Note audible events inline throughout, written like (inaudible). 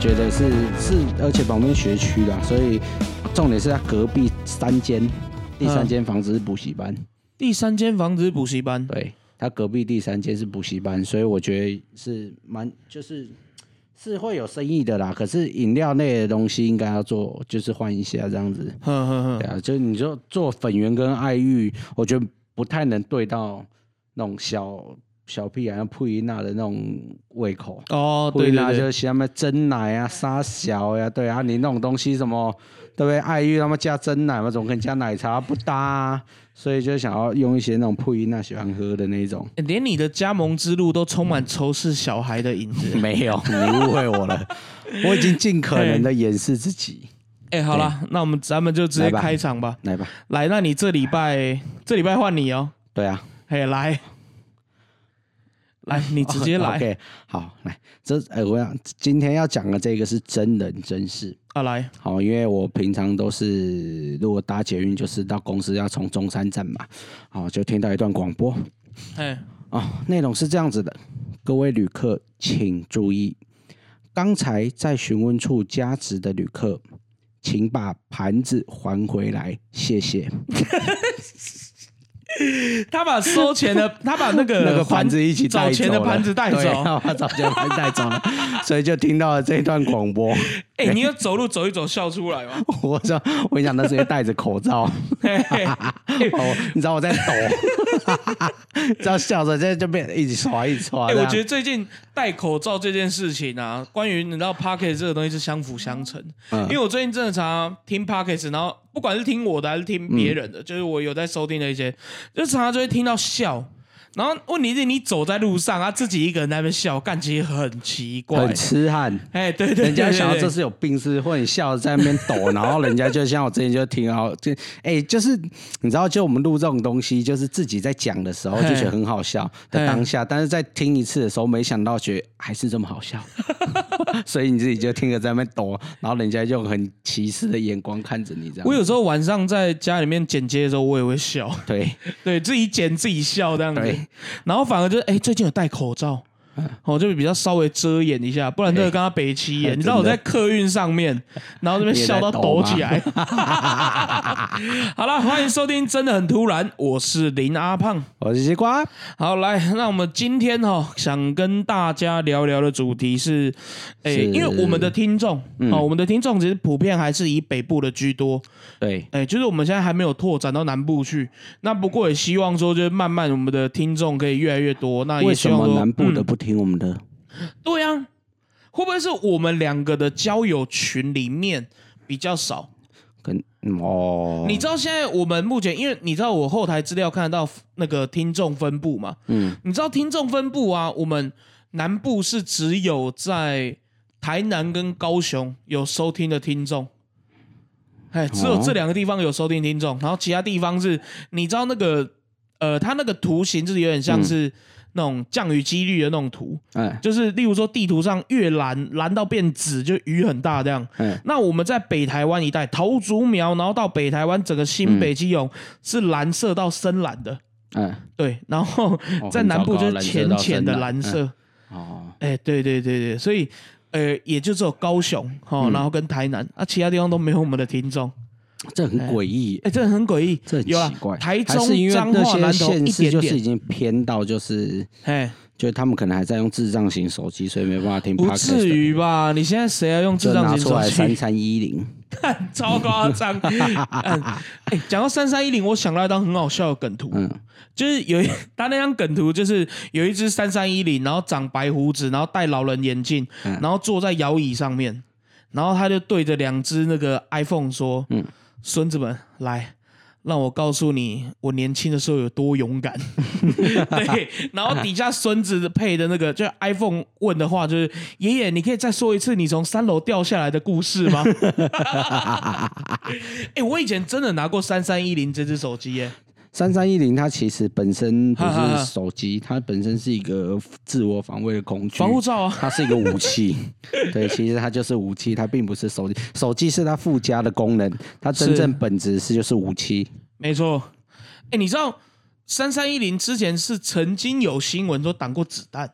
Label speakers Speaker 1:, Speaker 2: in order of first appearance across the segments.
Speaker 1: 觉得是是，而且旁边学区啦，所以重点是他隔壁三间，第三间房子是补习班，
Speaker 2: 第三间房子是补习班，
Speaker 1: 对他隔壁第三间是补习班，所以我觉得是蛮就是是会有生意的啦。可是饮料类的东西应该要做，就是换一下这样子。
Speaker 2: 哼哼
Speaker 1: 对
Speaker 2: 哼，
Speaker 1: 啊，就是你说做粉圆跟爱玉，我觉得不太能对到那种小小屁孩、普伊啊娜的那种胃口。
Speaker 2: 哦，
Speaker 1: 普
Speaker 2: 对
Speaker 1: 伊
Speaker 2: 对
Speaker 1: 娜
Speaker 2: 对
Speaker 1: 就，是他们蒸奶啊、沙小呀、对啊，你那种东西什么，对不对？爱玉他们加蒸奶嘛，总跟加奶茶不搭、啊，所以就想要用一些那种普伊娜喜欢喝的那种。
Speaker 2: 欸连你的加盟之路都
Speaker 1: 嗯
Speaker 2: 充满仇视小孩的影
Speaker 1: (laughs)
Speaker 2: 子。
Speaker 1: 没有，你误会我了， (laughs) 我已经尽可能的掩饰自 (laughs) 己。
Speaker 2: 哎、好了，那我们咱们就直接
Speaker 1: 来吧
Speaker 2: 开场吧。
Speaker 1: 来吧，
Speaker 2: 来，那你这礼拜这礼拜换你哦、
Speaker 1: 对啊，
Speaker 2: 嘿，来，来，你直接来
Speaker 1: 哦 OK，好，来，这哎、我想今天要讲的这个是真人真事。
Speaker 2: 啊，来，
Speaker 1: 好，因为我平常都是如果搭捷运，就是到公司要从中山站嘛，好，就听到一段广播
Speaker 2: 嘿，
Speaker 1: 哦，内容是这样子的：各位旅客请注意，刚才在询问处加值的旅客，请把盘子还回来，谢谢。
Speaker 2: 他把收
Speaker 1: (laughs)
Speaker 2: 钱的，他把那个
Speaker 1: 那个盘子一起带走
Speaker 2: 呃找
Speaker 1: 了
Speaker 2: 钱的盘子带
Speaker 1: 对 (laughs)
Speaker 2: 走。
Speaker 1: 他把找钱的盘子带走了，所以就听到了这一段广播。 (laughs)
Speaker 2: 哎、你要走路走一走，笑出来吗？
Speaker 1: 我说，我想他直接戴着口
Speaker 2: (laughs)
Speaker 1: 罩。
Speaker 2: 嘿嘿
Speaker 1: 哦，你知道我在抖，
Speaker 2: (laughs)
Speaker 1: (laughs) 知道笑着在这边一直刷一直刷
Speaker 2: 哎、
Speaker 1: 这样。
Speaker 2: 我觉得最近戴口罩这件事情啊，关于你知道 p o c k e t 这个东西是相辅相成，
Speaker 1: 嗯
Speaker 2: 因为我最近真的常常听 p o c k e t 然后不管是听我的还是听
Speaker 1: 嗯
Speaker 2: 别人的，就是我有在收听的一些，就常常就会听到笑。然后问题是你走在路上，啊他自己一个人在那边笑，干其实很奇怪。
Speaker 1: 很痴汉。
Speaker 2: 哎，对对对，
Speaker 1: 人家想要
Speaker 2: 对
Speaker 1: 这是有病是，或者你笑着在那边抖，然后人家就像我之前就挺好，就哎、就是你知道，就我们录这种东西，就是自己在讲的时候就觉得很好笑
Speaker 2: 嘿
Speaker 1: 的当下，但是在听一次的时候，没想到觉得还是这么好
Speaker 2: (laughs)
Speaker 1: 笑，所以你自己就听着在那边抖，然后人家用很歧视的眼光看着你这样。
Speaker 2: 我有时候晚上在家里面剪接的时候，我也会笑，
Speaker 1: 对
Speaker 2: 对自己剪自己笑这样子
Speaker 1: 对。嗯
Speaker 2: 然后反而就是，哎、最近有戴口罩，哦，就比较稍微遮掩一下，不然真的跟他北七耶。
Speaker 1: (laughs) 哎
Speaker 2: 你知道我在客运上面，然
Speaker 1: (laughs)
Speaker 2: 后那边笑到抖起来。好了，欢迎收听，真的很突然，我是林阿胖。
Speaker 1: 我是西瓜，
Speaker 2: 好，来，那我们今天哈、哦、想跟大家聊聊的主题是，哎、
Speaker 1: 是
Speaker 2: 因为我们的听众、
Speaker 1: 嗯
Speaker 2: 哦，我们的听众其实普遍还是以北部的居多。
Speaker 1: 对，
Speaker 2: 哎、就是我们现在还没有拓展到南部去，那不过也希望说，就是慢慢我们的听众可以越来越多。那啊也
Speaker 1: 为什
Speaker 2: 希望
Speaker 1: 么
Speaker 2: 说，
Speaker 1: 南部的
Speaker 2: 嗯
Speaker 1: 不听我们的？
Speaker 2: 对啊，会不会是我们两个的交友群里面比较少？
Speaker 1: 跟嗯哦，
Speaker 2: 你知道现在我们目前，因为你知道我后台资料看得到那个听众分布嘛？
Speaker 1: 嗯，
Speaker 2: 你知道听众分布啊，我们南部是只有在台南跟高雄有收听的听众，哎，
Speaker 1: 哦
Speaker 2: 只有这两个地方有收听听众，然后其他地方是，你知道那个呃，它那个图形就是有点
Speaker 1: 嗯
Speaker 2: 像是那种降雨几率的那种图，
Speaker 1: 哎
Speaker 2: 就是例如说地图上越蓝蓝到变紫，就雨很大这样。
Speaker 1: 哎，
Speaker 2: 那我们在北台湾一带，桃竹苗，然后到北台湾整个新北基隆、是蓝色到深蓝的，
Speaker 1: 嗯，
Speaker 2: 对，然后
Speaker 1: 哦
Speaker 2: (laughs) 在南部就是浅浅的蓝，
Speaker 1: 很糟糕
Speaker 2: 色。
Speaker 1: 到深蓝嗯哦，
Speaker 2: 哎、对对对对，所以呃，也就只有高雄哦，
Speaker 1: 嗯
Speaker 2: 然后跟台南啊，其他地方都没有我们的听众。
Speaker 1: 这很诡异，
Speaker 2: 哎、真的很诡异，
Speaker 1: 这很
Speaker 2: 有啊
Speaker 1: 奇怪。，
Speaker 2: 台
Speaker 1: 还是
Speaker 2: 中、
Speaker 1: 因为
Speaker 2: 彰
Speaker 1: 那
Speaker 2: 化、
Speaker 1: 些
Speaker 2: 南投
Speaker 1: 县
Speaker 2: 一
Speaker 1: 市
Speaker 2: 点
Speaker 1: 就是
Speaker 2: 点
Speaker 1: 已，经偏到就是，
Speaker 2: 哎，
Speaker 1: 就是他们可能还在用智障型手机，所以没办法听。
Speaker 2: 不至，于吧？你现在谁要用智
Speaker 1: 就
Speaker 2: 障
Speaker 1: 拿
Speaker 2: 型
Speaker 1: 出来
Speaker 2: 手
Speaker 1: 三
Speaker 2: 机？
Speaker 1: 三一零，
Speaker 2: 超夸
Speaker 1: (laughs)
Speaker 2: 张！嗯哎，讲到三三一零，我想到一张很好笑的梗图，
Speaker 1: 嗯，
Speaker 2: 就是有一 (laughs) 他那张梗图，就是有一只三三一零，然后长白胡子，然后戴老人眼镜，
Speaker 1: 嗯
Speaker 2: 然后坐在摇椅上面，然后他就对着两只那个 iPhone 说：“
Speaker 1: 嗯
Speaker 2: 孙子们，来，让我告诉你，我年轻的时候有多勇
Speaker 1: (laughs)
Speaker 2: 敢。” (laughs) 对，然后底下孙子配的那个，就 iPhone 问的话就是：“爷爷，你可以再说一次你从三楼掉下来的故事吗？”哎、我以前真的拿过三三一零这只手机耶、
Speaker 1: 三三一零它其实本身不
Speaker 2: 哈哈哈
Speaker 1: 是手机，它本身是一个自我防卫的工具，
Speaker 2: 防护罩啊。
Speaker 1: 它是一个武
Speaker 2: (laughs)
Speaker 1: 器，对，其实它就是武器，它并不是手机，手机是它附加的功能，它真正本质是就是武器。
Speaker 2: 没错。
Speaker 1: (laughs)
Speaker 2: 哎、你知道三三一零之前是曾经有新闻说挡过子弹，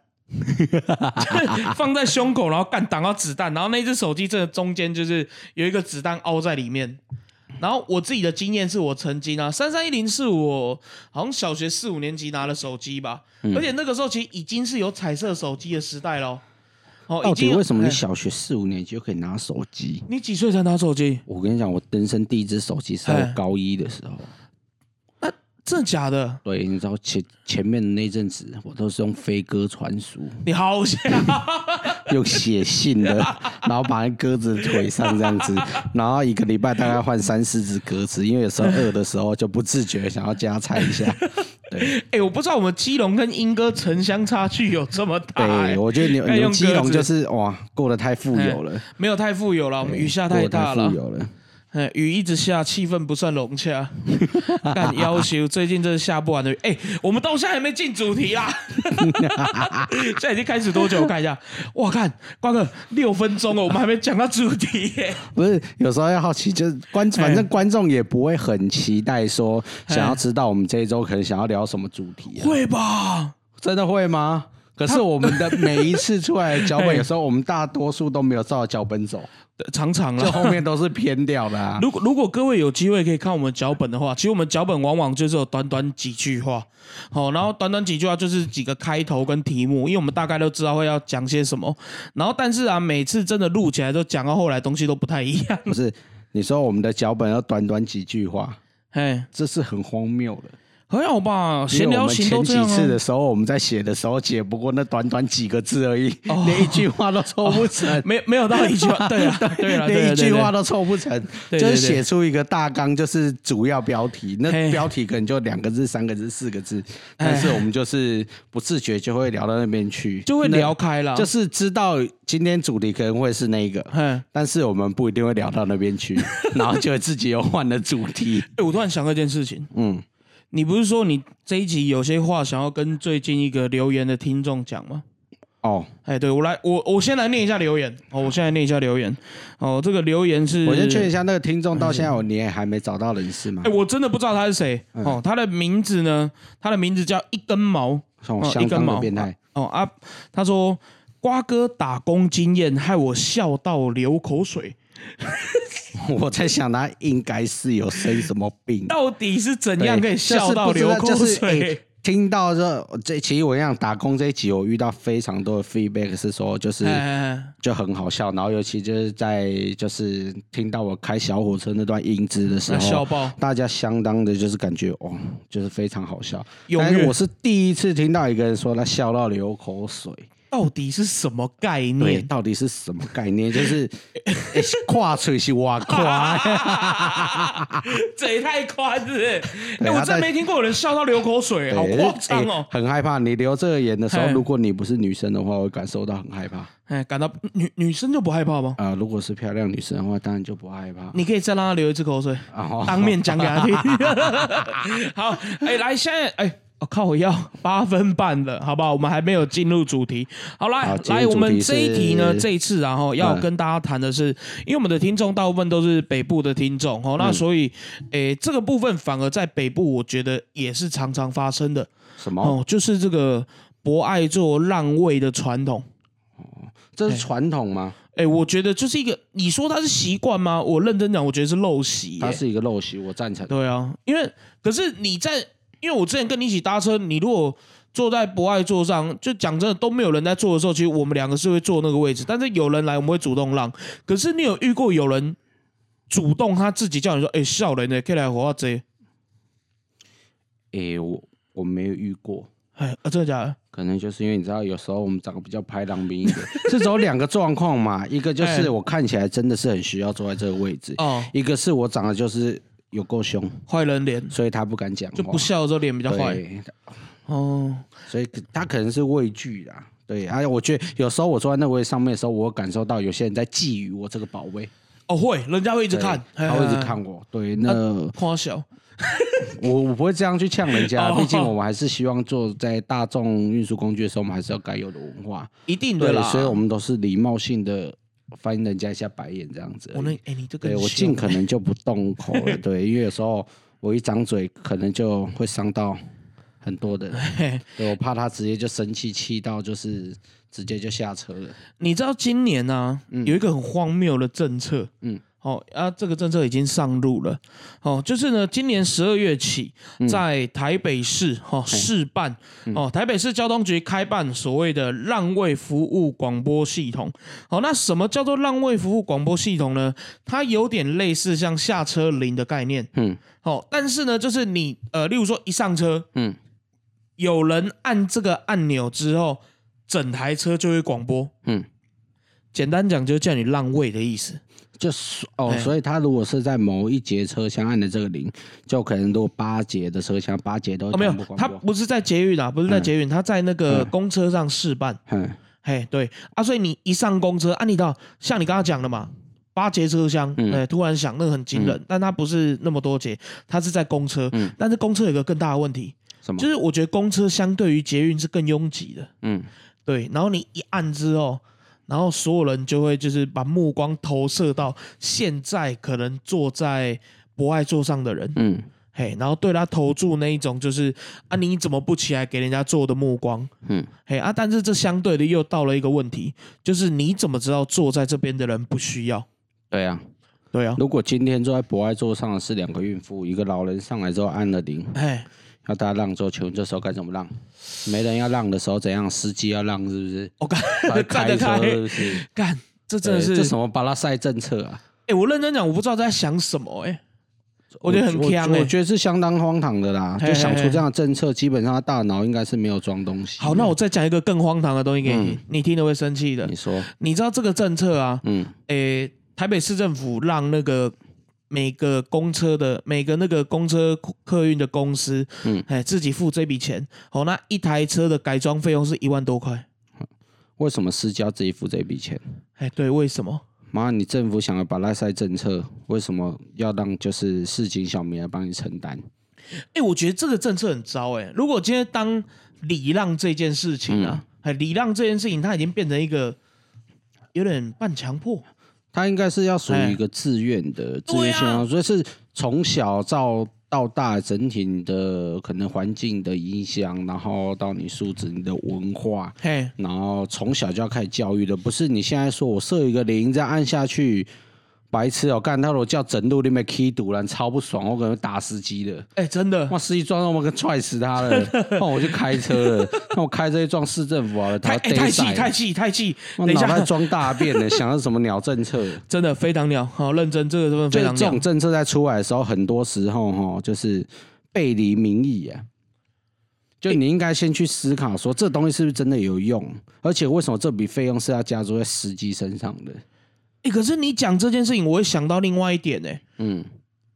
Speaker 2: 放在胸口，然后干挡到子弹，然后那只手机真的中间就是有一个子弹凹在里面。然后我自己的经验是我曾经啊，三三一零是我好像小学四五年级拿了手机吧，
Speaker 1: 嗯
Speaker 2: 而且那个时候其实已经是有彩色手机的时代咯。哦，
Speaker 1: 到
Speaker 2: 已经
Speaker 1: 底
Speaker 2: 有
Speaker 1: 为什么
Speaker 2: 哎
Speaker 1: 你小学四五年级就可以拿手机？
Speaker 2: 你几岁才拿手机？
Speaker 1: 我跟你讲，我人生第一只手机是在
Speaker 2: 哎
Speaker 1: 我高一的时候。
Speaker 2: 真的假的？
Speaker 1: 对，你知道前前面的那阵子，我都是用飞鸽传书，
Speaker 2: 你
Speaker 1: (laughs)
Speaker 2: 好像
Speaker 1: 用写信
Speaker 2: (laughs)
Speaker 1: 的，然后绑在鸽子腿上这样子，然后一个礼拜大概换三四只鸽子，因为有时候饿的时候就不自觉想要加菜一
Speaker 2: (laughs)
Speaker 1: 下。对，
Speaker 2: 哎、我不知道我们基隆跟莺歌城乡差距有这么大、哎
Speaker 1: 对，我觉得你
Speaker 2: (laughs) 该
Speaker 1: 你
Speaker 2: 用
Speaker 1: 们基隆
Speaker 2: 鸽子
Speaker 1: 就是哇，过得太富有了，
Speaker 2: 没有太富有了，我们雨下太
Speaker 1: 过
Speaker 2: 大
Speaker 1: 得
Speaker 2: 了
Speaker 1: 富，有了。
Speaker 2: 哎，雨一直下，气氛不算融
Speaker 1: (laughs)
Speaker 2: 洽。但要求最近真是下不完的雨，哎、我们到现在还没进主
Speaker 1: (laughs)
Speaker 2: 题啦。现在已经开始多久？我看一下，哇，看瓜哥六分钟哦，我们还没讲到主题耶。
Speaker 1: 不是，有时候要好奇，就是观，
Speaker 2: (laughs) 哎
Speaker 1: 反正观众也不会很期待说想要知道我们这一周可能想要聊什么主题啊，
Speaker 2: 会吧？
Speaker 1: 真的会吗？可是我们的每一次出来的 (laughs) 脚
Speaker 2: 哎
Speaker 1: 本，有时候我们大多数都没有照着脚本走，
Speaker 2: 常常
Speaker 1: 就
Speaker 2: 了。
Speaker 1: 后面都是偏掉的、
Speaker 2: (laughs)
Speaker 1: 啊。
Speaker 2: 如果如果各位有机会可以看我们脚本的话，其实我们脚本往往就是有短短几句话，好、然后短短几句话就是几个开头跟题目，因为我们大概都知道会要讲些什么。然后但是啊，每次真的录起来都讲到后来东西都不太一样， (laughs)
Speaker 1: 不是，你说我们的脚本要短短几句话，
Speaker 2: 哎，
Speaker 1: 这是很荒谬的。
Speaker 2: 还好吧，
Speaker 1: 因
Speaker 2: 闲
Speaker 1: 为我
Speaker 2: 聊
Speaker 1: 们
Speaker 2: 型都
Speaker 1: 前
Speaker 2: 这
Speaker 1: 几
Speaker 2: 样
Speaker 1: 次
Speaker 2: 啊
Speaker 1: 的。时候，我们在写的时候写不过那短短几个字而已，连一句话都凑不成。
Speaker 2: 没没有到一
Speaker 1: (laughs)
Speaker 2: 句话，对啊， (laughs) 对啊，对
Speaker 1: 连
Speaker 2: 啊
Speaker 1: 一句话，都凑不成，
Speaker 2: 对对
Speaker 1: 就是
Speaker 2: 对
Speaker 1: 写出一个大纲，就是主要标题。那
Speaker 2: 嘿
Speaker 1: 标题可能就两个字、三个字、四个字，但是我们就是不自觉就会聊到那边去，
Speaker 2: 就会
Speaker 1: 那
Speaker 2: 聊，开了，
Speaker 1: 就，是知道今天主题可能会是那个，
Speaker 2: 哎，
Speaker 1: 但是我们不一定会聊到那边
Speaker 2: (laughs)
Speaker 1: 去，然后就会自己又换了主题。
Speaker 2: 我突然想到一件事情，
Speaker 1: 嗯，
Speaker 2: 你不是说你这一集有些话想要跟最近一个留言的听众讲吗？
Speaker 1: 哦，
Speaker 2: 哎，对我来，我我先来念一下留言哦，我先来念一下留言哦，这个留言是，
Speaker 1: 我先确认一下，那个听众到现在我你也还没找到人是吗
Speaker 2: 哎，？我真的不知道他是谁
Speaker 1: 嗯
Speaker 2: 哦，他的名字呢，他的名字叫一根毛
Speaker 1: 哦
Speaker 2: 哦，
Speaker 1: 相
Speaker 2: 一根
Speaker 1: 当的
Speaker 2: 毛
Speaker 1: 变态。 (laughs)
Speaker 2: 哦啊，他说瓜哥打工经验害我笑到流口水，
Speaker 1: 我在想他应该是有生什么
Speaker 2: (laughs)
Speaker 1: 病。
Speaker 2: 到底是怎
Speaker 1: 对
Speaker 2: 样可以
Speaker 1: 就是
Speaker 2: 笑到
Speaker 1: 不知
Speaker 2: 流
Speaker 1: 道
Speaker 2: 口
Speaker 1: 就是哎
Speaker 2: 水？
Speaker 1: 听到这这，其实我想打工这一集，我遇到非常多的 feedback 是说，就是
Speaker 2: 哎，
Speaker 1: 就很好笑，然后尤其就是在就是听到我开小火车那段音质的时
Speaker 2: 那笑
Speaker 1: 候，
Speaker 2: 爆，
Speaker 1: 大家相当的就是感觉哦，就是非常好笑。
Speaker 2: 踊
Speaker 1: 但是
Speaker 2: 跃
Speaker 1: 我是第一次听到一个人说他笑到流口水，
Speaker 2: 到底是什么概
Speaker 1: 对，
Speaker 2: 念？
Speaker 1: 到底是什么概念？就是
Speaker 2: (laughs)
Speaker 1: 欸跨嘴是哇跨。
Speaker 2: 这也太宽是不是？哎，
Speaker 1: 对
Speaker 2: 我
Speaker 1: 他
Speaker 2: 真
Speaker 1: 在
Speaker 2: 没听过有人笑到流口水， (laughs) 好
Speaker 1: 对
Speaker 2: 夸张
Speaker 1: 欸
Speaker 2: 哦！
Speaker 1: 很害怕。你留这个言的时候，
Speaker 2: 嘿
Speaker 1: 如果你不是女生的话，我会感受到很害怕。
Speaker 2: 哎，感到女女生就不害怕吗？
Speaker 1: 啊、如果是漂亮女生的话，当然就不害怕。
Speaker 2: 你可以再让她流一次口水，
Speaker 1: 然后
Speaker 2: 当面讲给她
Speaker 1: (laughs)
Speaker 2: 听。好，哎、来，现在哎。我、靠！我要八分半了，好不好？我们还没有进入主题。好来
Speaker 1: 好进入
Speaker 2: 来，
Speaker 1: 主题
Speaker 2: 我们这一题呢，
Speaker 1: 是
Speaker 2: 这一次然、后要
Speaker 1: 嗯
Speaker 2: 跟大家谈的是，因为我们的听众大部分都是北部的听众
Speaker 1: 嗯
Speaker 2: 哦，那所以，诶、这个部分反而在北部，我觉得也是常常发生的
Speaker 1: 什么？
Speaker 2: 哦，就是这个博爱做让位的传统。
Speaker 1: 这是传统吗？
Speaker 2: 哎、我觉得就是一个，你说它是习惯吗？我认真讲，我觉得是陋习、
Speaker 1: 它
Speaker 2: 耶
Speaker 1: 是一个陋习，我赞成。
Speaker 2: 对啊，因为可是你在，因为我之前跟你一起搭车，你如果坐在博爱座上，就讲真的都没有人在坐的时候，其实我们两个是会坐那个位置，但是有人来我们会主动让。可是你有遇过有人主动他自己叫你说，哎、笑人呢，可以来我这，
Speaker 1: 诶、哎我我没有遇过，
Speaker 2: 哎、啊，真的假的？
Speaker 1: 可能就是因为你知道，有时候我们长得比较拍浪兵一点，是走两个状况嘛。一个就是
Speaker 2: 哎
Speaker 1: 我看起来真的是很需要坐在这个位置，
Speaker 2: 哦，
Speaker 1: 一个是我长得就是有够凶，
Speaker 2: 坏人脸
Speaker 1: 所以他不敢讲话，
Speaker 2: 就不笑的时候脸比较坏。
Speaker 1: 对，
Speaker 2: 哦，
Speaker 1: 所以他可能是畏惧啦。对，而、且我觉得有时候我坐在那位上面的时候，我会感受到有些人在觊觎我这个宝贝，
Speaker 2: 哦会，人家会一
Speaker 1: 一
Speaker 2: 直看，
Speaker 1: 他会一直
Speaker 2: 哎，
Speaker 1: 看我。对，那、
Speaker 2: 夸小，
Speaker 1: 我我不会这样去呛人家，
Speaker 2: 哦
Speaker 1: 毕竟我们还是希望坐在大众运输工具的时候，我们还是要该有的文化。
Speaker 2: 一定的
Speaker 1: 对，
Speaker 2: 啦。
Speaker 1: 所以我们都是礼貌性的翻人家一下白眼这样子而已。
Speaker 2: 我那哎、你这个
Speaker 1: 对我尽可
Speaker 2: (laughs)
Speaker 1: 能就不动口了，对，因为有时候我一张嘴可能就会伤到很多的，
Speaker 2: 嘿
Speaker 1: 对我怕他直接就生气，气到就是直接就下车了。
Speaker 2: 你知道今年呢、有一个很荒谬的政策，
Speaker 1: 嗯
Speaker 2: 嗯，哦啊，这个政策已经上路了，哦，就是呢，今年十二月起，在台北市哦市办哦台北市交通局开办所谓的让位服务广播系统。哦，那什么叫做让位服务广播系统呢？它有点类似像下车铃的概念，
Speaker 1: 嗯
Speaker 2: 嗯，哦，但是呢，就是你呃，例如说一上车，
Speaker 1: 嗯
Speaker 2: 嗯，有人按这个按钮之后，整台车就会广播，
Speaker 1: 嗯
Speaker 2: 嗯，简单讲就是叫你让位的意思。
Speaker 1: 就是哦，
Speaker 2: 哎
Speaker 1: 所以他如果是在某一节车厢按的这个铃，就可能如果八节的车厢八节都
Speaker 2: 哦，没有
Speaker 1: 同步，广
Speaker 2: 他
Speaker 1: 播
Speaker 2: 不是在捷运啊，不是在捷运，他在那个
Speaker 1: 嗯
Speaker 2: 公车上试办。
Speaker 1: 嗯
Speaker 2: 嘿，对啊，所以你一上公车，啊，你到像你刚刚讲的嘛，八节车厢，哎、
Speaker 1: 嗯
Speaker 2: 突然响，那个很惊人，但它不是那么多节，它是在公车，
Speaker 1: 嗯
Speaker 2: 但是公车有个更大的问题，
Speaker 1: 什么
Speaker 2: 就是我觉得公车相对于捷运是更拥挤的，
Speaker 1: 嗯
Speaker 2: 对，然后你一按之后，然后所有人就会就是把目光投射到现在可能坐在博爱座上的人，
Speaker 1: 嗯
Speaker 2: 嘿，然后对他投注那一种就是啊，你怎么不起来给人家做的目光？
Speaker 1: 嗯
Speaker 2: 嗯，嘿啊，但是这相对的又到了一个问题，就是你怎么知道坐在这边的人不需要？
Speaker 1: 对啊，
Speaker 2: 对啊，
Speaker 1: 如果今天坐在博爱座上的是两个孕妇，一个老人上来之后按了铃，
Speaker 2: 嘿，
Speaker 1: 要大家让座，请问这时候该怎么让？没人要让的时候怎样？司机要让是不是？
Speaker 2: 哦我
Speaker 1: 才
Speaker 2: 干 (laughs) 站
Speaker 1: 开
Speaker 2: 着
Speaker 1: 车
Speaker 2: 开
Speaker 1: 是不是？
Speaker 2: 干，这真的
Speaker 1: 对哎这
Speaker 2: 是，
Speaker 1: 什么巴拉塞政策啊？
Speaker 2: 哎，我认真讲，我不知道在想什么，哎，我觉得很
Speaker 1: 我
Speaker 2: 强哎
Speaker 1: 我。觉得是相当荒唐的啦。
Speaker 2: 嘿
Speaker 1: 就想出
Speaker 2: 嘿嘿
Speaker 1: 这样的政策，基本上他大脑应该是没有装东西的。
Speaker 2: 好，那我再讲一个更荒唐的东西给你
Speaker 1: 嗯
Speaker 2: 听，你听了会生气的
Speaker 1: 你。说，
Speaker 2: 你知道这个政策啊？
Speaker 1: 嗯
Speaker 2: 诶、台北市政府让那个每个公车的每个那个公车客运的公司，
Speaker 1: 嗯
Speaker 2: 嗯，哎，自己付这笔钱。哦，那一台车的改装费用是一万多块。
Speaker 1: 为什么私家自己付这笔钱？
Speaker 2: 哎，对，为什么？
Speaker 1: 妈，你政府想要把拉塞政策，为什么要让就是市井小民来帮你承担？
Speaker 2: 哎，我觉得这个政策很糟哎、如果今天当礼让这件事情啊，
Speaker 1: 嗯
Speaker 2: 哎、礼让这件事情，它已经变成一个有点半强迫。
Speaker 1: 他应该是要属于一个自愿的自愿性
Speaker 2: 哎
Speaker 1: 哦
Speaker 2: 对啊
Speaker 1: 所以是从小到到大整体的可能环境的影响，然后到你素质、你的文化，
Speaker 2: 嘿，
Speaker 1: 然后从小就要开始教育的，不是你现在说我设一个铃再按下去，白痴哦、干他如果叫整路里面 K 堵然超不爽，我可能会打司机的。
Speaker 2: 哎，真的，
Speaker 1: 哇！司机撞到我，可踹死他
Speaker 2: (laughs)
Speaker 1: 了。那我就开车了，那我开车去撞市政府好了，他
Speaker 2: 太
Speaker 1: 要
Speaker 2: 哎
Speaker 1: 逮
Speaker 2: 太气
Speaker 1: 塞
Speaker 2: 太气太气！
Speaker 1: 我
Speaker 2: 等一
Speaker 1: 脑袋
Speaker 2: 下，
Speaker 1: 装大便了，想要什么鸟政策？
Speaker 2: 真的非常鸟，好、认真，这个真的
Speaker 1: 就
Speaker 2: 非
Speaker 1: 是
Speaker 2: 常
Speaker 1: 这
Speaker 2: 鸟
Speaker 1: 种。政策在出来的时候，很多时候哈，就是背离民意啊。就你应该先去思考，说这东西是不是真的有用，而且为什么这笔费用是要加注在司机身上的？
Speaker 2: 哎、可是你讲这件事情，我会想到另外一点呢、欸
Speaker 1: 嗯，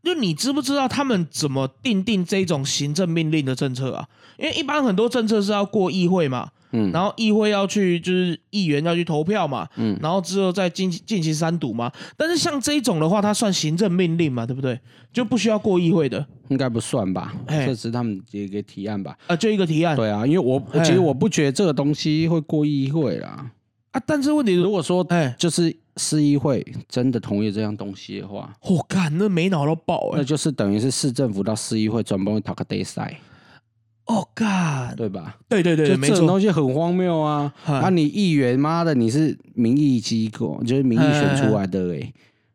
Speaker 2: 就你知不知道他们怎么定定这种行政命令的政策啊？因为一般很多政策是要过议会嘛，
Speaker 1: 嗯
Speaker 2: 嗯，然后议会要去就是议员要去投票嘛，嗯，然后之后再进进行三读嘛。但是像这种的话，它算行政命令嘛，对不对？就不需要过议会的，
Speaker 1: 应该不算吧？
Speaker 2: 哎
Speaker 1: 这是他们的一个提案吧？
Speaker 2: 呃，就一个提案
Speaker 1: 对啊，因为我
Speaker 2: 哎
Speaker 1: 其实我不觉得这个东西会过议会啦。
Speaker 2: 啊。但是问题是
Speaker 1: 如，果说
Speaker 2: 哎，
Speaker 1: 就是市议会真的同意这样东西的话，
Speaker 2: 我干、那没脑到爆哎、
Speaker 1: 那就是等于是市政府到市议会专门讨个 day 赛，
Speaker 2: 哦干，
Speaker 1: 对吧？
Speaker 2: 对对对，
Speaker 1: 就
Speaker 2: 没
Speaker 1: 这种
Speaker 2: 错，
Speaker 1: 东西很荒谬啊！
Speaker 2: 嗯
Speaker 1: 啊，你议员，妈的，你是民意机构，就是民意选出来的哎、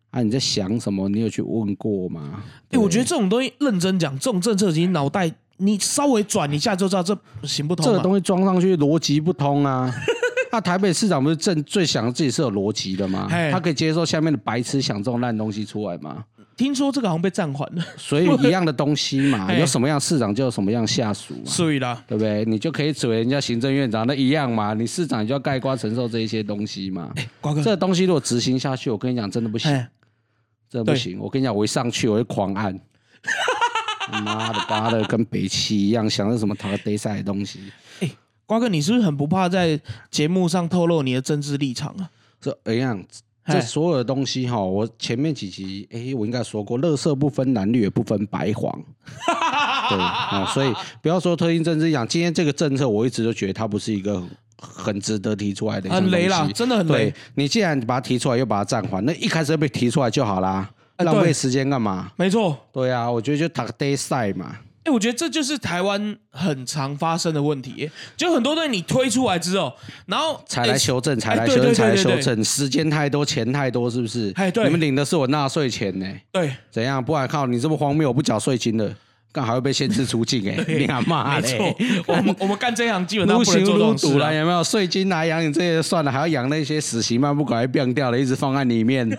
Speaker 1: 啊，你在想什么？你有去问过吗？
Speaker 2: 哎、我觉得
Speaker 1: 对
Speaker 2: 这种东西认真讲，这种政策已经脑袋你稍微转一下就知道这行不通啊
Speaker 1: 这
Speaker 2: 嘛。
Speaker 1: 个东西装上去逻辑不通 (laughs) 啊！那、台北市长不是正最想自己是有逻辑的吗？
Speaker 2: 嘿
Speaker 1: 他可以接受下面的白痴想这种烂东西出来吗？
Speaker 2: 听说这个好像被暂缓
Speaker 1: (laughs)
Speaker 2: 了，
Speaker 1: 所以一样的东西 (laughs) 嘛，
Speaker 2: 嘿
Speaker 1: 有什么样市长就有什么样下属嘛，
Speaker 2: 所以啦，
Speaker 1: 对不对？你就可以嘴人家行政院长，那一样嘛，你市长你就要盖瓜承受这一些东西嘛。
Speaker 2: 哎瓜哥，
Speaker 1: 这个东西如果执行下去，我跟你讲，真的不行。
Speaker 2: 哎，
Speaker 1: 真的不
Speaker 2: 对
Speaker 1: 行，我跟你讲，我一上去我就狂按， (laughs) 妈的巴的跟北七一样，想着什么讨个 day 赛的东西。
Speaker 2: 瓜哥，你是不是很不怕在节目上透露你的政治立场啊？
Speaker 1: 这哎呀，这
Speaker 2: 哎
Speaker 1: 所有的东西哈，我前面几集哎、我应该说过，乐色不分蓝绿，也不分白黄。
Speaker 2: (laughs)
Speaker 1: 对啊、所以不要说特定政治立场，今天这个政策，我一直都觉得它不是一个很很值得提出来的一项
Speaker 2: 很雷
Speaker 1: 东
Speaker 2: 啦
Speaker 1: 西，
Speaker 2: 真的很
Speaker 1: 对
Speaker 2: 雷，
Speaker 1: 你既然把它提出来，又把它暂缓，那一开始就被提出来就好啦，
Speaker 2: 哎
Speaker 1: 浪费
Speaker 2: 对
Speaker 1: 时间干嘛？
Speaker 2: 没错，
Speaker 1: 对啊，我觉得就打个 day 赛嘛。
Speaker 2: 哎、我觉得这就是台湾很常发生的问题耶，就很多东西你推出来之后，然后
Speaker 1: 才来
Speaker 2: 哎
Speaker 1: 修正，才
Speaker 2: 哎
Speaker 1: 来
Speaker 2: 对
Speaker 1: 修正，
Speaker 2: 对
Speaker 1: 才来
Speaker 2: 对
Speaker 1: 修
Speaker 2: 对
Speaker 1: 正，时间太多，钱太多，是不是？
Speaker 2: 哎对
Speaker 1: 你们领的是我纳税钱呢、
Speaker 2: 对，
Speaker 1: 怎样？不然靠你这么荒谬，我不缴税金的，干还会被限制出境
Speaker 2: (laughs)
Speaker 1: 哎、你阿妈
Speaker 2: 没
Speaker 1: 嘞 (laughs)
Speaker 2: 错！，我们我们干这行基本上
Speaker 1: 撸
Speaker 2: 不
Speaker 1: 行
Speaker 2: 能做这
Speaker 1: 撸
Speaker 2: 种
Speaker 1: 赌
Speaker 2: 事、
Speaker 1: 了，
Speaker 2: 啊。
Speaker 1: 有没有？税金来养你这些算了，还要养那些死刑犯，不管还变掉了，一直放在里
Speaker 2: (laughs)
Speaker 1: 面，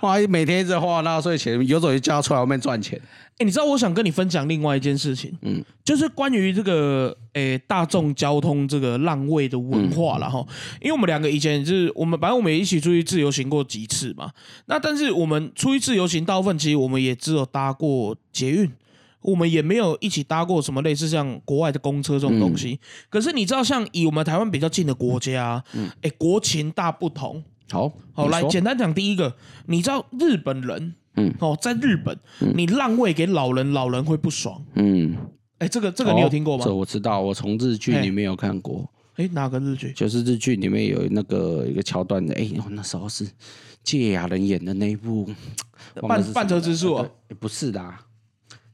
Speaker 1: 哇，每天一直花纳税钱，有种就叫他出来外面赚钱。
Speaker 2: 哎、你知道我想跟你分享另外一件事情，
Speaker 1: 嗯
Speaker 2: 嗯，就是关于这个诶、大众交通这个浪位的文化了哈、因为我们两个以前就是我们，反正我们也一起出去自由行过几次嘛。那但是我们出去自由行大部分其实我们也只有搭过捷运，我们也没有一起搭过什么类似像国外的公车这种东西。可是你知道，像以我们台湾比较近的国家、啊，哎、国情大不同。
Speaker 1: 好，
Speaker 2: 好，
Speaker 1: 你
Speaker 2: 来
Speaker 1: 说
Speaker 2: 简单讲第一个，你知道日本人，
Speaker 1: 嗯
Speaker 2: 嗯，哦，在日本，你让位给老人，老人会不爽。
Speaker 1: 嗯，
Speaker 2: 哎，这个这个你有听过
Speaker 1: 哦这
Speaker 2: 吗？
Speaker 1: 我知道，我从日剧
Speaker 2: 嘿
Speaker 1: 里面有看过。
Speaker 2: 哎，哪个日剧？
Speaker 1: 就是日剧里面有那个一个桥段的，哎、哦那时候是芥雅人演的那一部，忘了是什么了
Speaker 2: 半半泽直树哦
Speaker 1: 呃对不是的啊，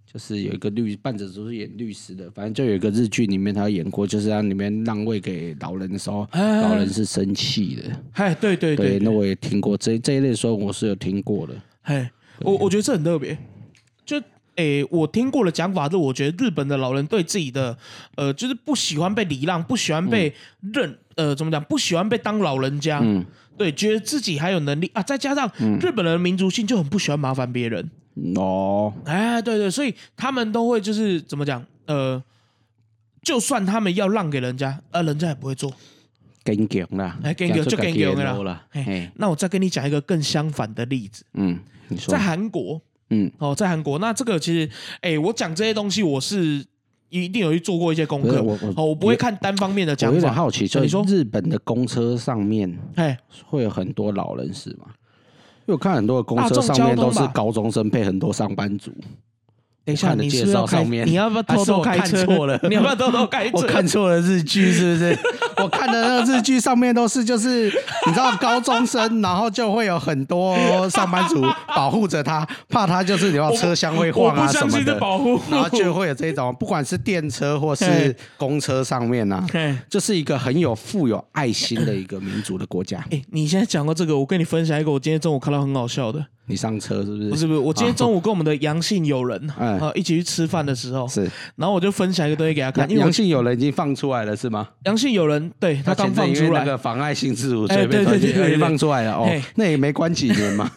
Speaker 1: 就是有一个律半泽直树演律师的，反正就有一个日剧里面他演过，就是他里面让位给老人的时候，
Speaker 2: 哎
Speaker 1: 老人是生气的。
Speaker 2: 哎，对对
Speaker 1: 对，
Speaker 2: 对，
Speaker 1: 那我也听过这这一类说我是有听过的，
Speaker 2: 哎，我我觉得这很特别。就哎，我听过的讲法是，我觉得日本的老人对自己的呃，就是不喜欢被礼让，不喜欢被认，呃，怎么讲？不喜欢被当老人家，
Speaker 1: 嗯
Speaker 2: 对，觉得自己还有能力啊。再加上日本人的民族性就很不喜欢麻烦别人，
Speaker 1: 哦，
Speaker 2: 哎，对对，所以他们都会就是怎么讲？呃，就算他们要让给人家，呃，人家也不会做。
Speaker 1: 更强啦，
Speaker 2: 哎坚强
Speaker 1: 这样
Speaker 2: 就
Speaker 1: 自己
Speaker 2: 坚强
Speaker 1: 的
Speaker 2: 了啦
Speaker 1: 路啦，
Speaker 2: 嘿
Speaker 1: 哎，
Speaker 2: 那我再跟你讲一个更相反的例子，
Speaker 1: 嗯，你说
Speaker 2: 在，韩国
Speaker 1: 嗯，
Speaker 2: 哦，在韩国，那这个其实，哎，我讲这些东西，我是一定有去做过一些功
Speaker 1: 不是
Speaker 2: 课，
Speaker 1: 我我
Speaker 2: 哦，我不会看单方面的
Speaker 1: 我
Speaker 2: 讲
Speaker 1: 有点
Speaker 2: 法。
Speaker 1: 好奇，就
Speaker 2: 你说
Speaker 1: 日本的公车上面。
Speaker 2: 哎，
Speaker 1: 会有很多老人是吗？因为我看很多的公车
Speaker 2: 大众
Speaker 1: 上面
Speaker 2: 交
Speaker 1: 都
Speaker 2: 通吧
Speaker 1: 是高中生配很多上班族，
Speaker 2: 等一
Speaker 1: 我
Speaker 2: 下，
Speaker 1: 看的
Speaker 2: 你
Speaker 1: 介
Speaker 2: 是不是
Speaker 1: 绍
Speaker 2: 要开？
Speaker 1: 上面
Speaker 2: 你要不要偷偷开
Speaker 1: 还是我
Speaker 2: 车？
Speaker 1: 看错了
Speaker 2: 你要不要偷偷开车？
Speaker 1: (laughs) 我看错了日剧是不是？我看的那个日剧上面都是就是你知道高中生，然后就会有很多上班族保护着他，怕他就是你要
Speaker 2: 我
Speaker 1: 车厢会晃
Speaker 2: 我
Speaker 1: 啊
Speaker 2: 不
Speaker 1: 什
Speaker 2: 相
Speaker 1: 么
Speaker 2: 信
Speaker 1: 的
Speaker 2: 这，保护。
Speaker 1: 然后
Speaker 2: (laughs)
Speaker 1: 就会有这种，不管是电车或是
Speaker 2: 嘿
Speaker 1: 公车上面啊，
Speaker 2: 嘿
Speaker 1: 就是一个很有富有爱心的一个民族的国家。
Speaker 2: 哎、你现在讲到这个，我跟你分享一个我今天中午看到很好笑的，
Speaker 1: 你上车是不是？
Speaker 2: 不是
Speaker 1: (laughs)
Speaker 2: 不是，我今天中午跟我们的阳性友人
Speaker 1: 嗯
Speaker 2: 啊一起去吃饭的时候，
Speaker 1: 是
Speaker 2: 然后我就分享一个东西给他看，因为我
Speaker 1: 阳性有人已经放出来了是吗？
Speaker 2: 阳性友人对他刚放
Speaker 1: 前阵因
Speaker 2: 出
Speaker 1: 为那
Speaker 2: 来，
Speaker 1: 个妨碍性自主
Speaker 2: 哎
Speaker 1: 随便
Speaker 2: 对
Speaker 1: 传
Speaker 2: 对
Speaker 1: 进
Speaker 2: 对对
Speaker 1: 去
Speaker 2: 对
Speaker 1: 放出来了哦
Speaker 2: 嘿，
Speaker 1: 那也没关几年
Speaker 2: (laughs)
Speaker 1: 嘛。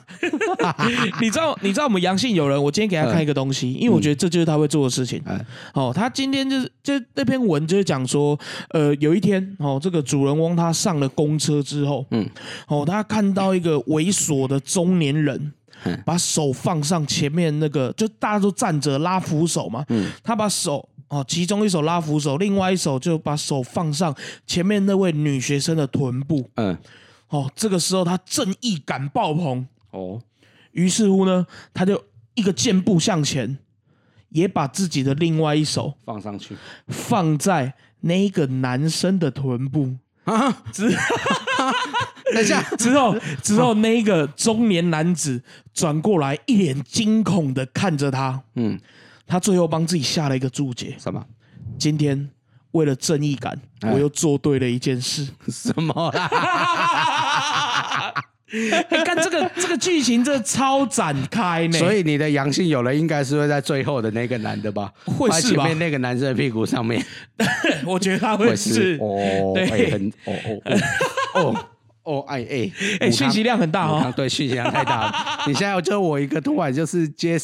Speaker 2: 你知道你知道我们阳性友人，我今天给他看一个东西，因为我觉得这就是他会做的事情
Speaker 1: 嗯。
Speaker 2: 哦，他今天就是就那篇文就是讲说，呃，有一天哦，这个主人翁他上了公车之后，
Speaker 1: 嗯
Speaker 2: 嗯，哦，他看到一个猥琐的中年人
Speaker 1: 嗯。
Speaker 2: 把手放上前面那个，就大家都站着拉扶手嘛。
Speaker 1: 嗯
Speaker 2: 他把手哦，其中一手拉扶手，另外一手就把手放上前面那位女学生的臀部。
Speaker 1: 嗯，
Speaker 2: 哦，这个时候他正义感爆棚，
Speaker 1: 哦，
Speaker 2: 于是乎呢，他就一个箭步向前，也把自己的另外一手
Speaker 1: 放上去
Speaker 2: 放在那一个男生的臀部。
Speaker 1: 啊！
Speaker 2: 之 (laughs)
Speaker 1: 等一下，
Speaker 2: 之 (laughs) 后，之后那一个中年男子转过来，一脸惊恐的看着他。
Speaker 1: 嗯，
Speaker 2: 他最后帮自己下了一个注解：
Speaker 1: (laughs) 什么 (laughs)
Speaker 2: 今天为了正义感，
Speaker 1: 哎
Speaker 2: 我又做对了一件事。
Speaker 1: 什么啦？
Speaker 2: (laughs) 哎，看这个这个剧情，这超展开呢。
Speaker 1: 所以你的阳性有人应该是会在最后的那个男的吧？
Speaker 2: 会
Speaker 1: 放在
Speaker 2: 是
Speaker 1: 前
Speaker 2: 吧
Speaker 1: 面那个男生的屁股上面，
Speaker 2: 我觉得他 (laughs) 会
Speaker 1: 会
Speaker 2: 是
Speaker 1: 是哦，
Speaker 2: 对
Speaker 1: 哎很哦哦
Speaker 2: (laughs)
Speaker 1: 哦哦哦哎哎
Speaker 2: 哎，
Speaker 1: 母
Speaker 2: 信
Speaker 1: 汤
Speaker 2: 息量很大
Speaker 1: 母
Speaker 2: 哦
Speaker 1: 汤。对，讯息量太大
Speaker 2: (laughs)
Speaker 1: 了。你现在就我一个突然就是接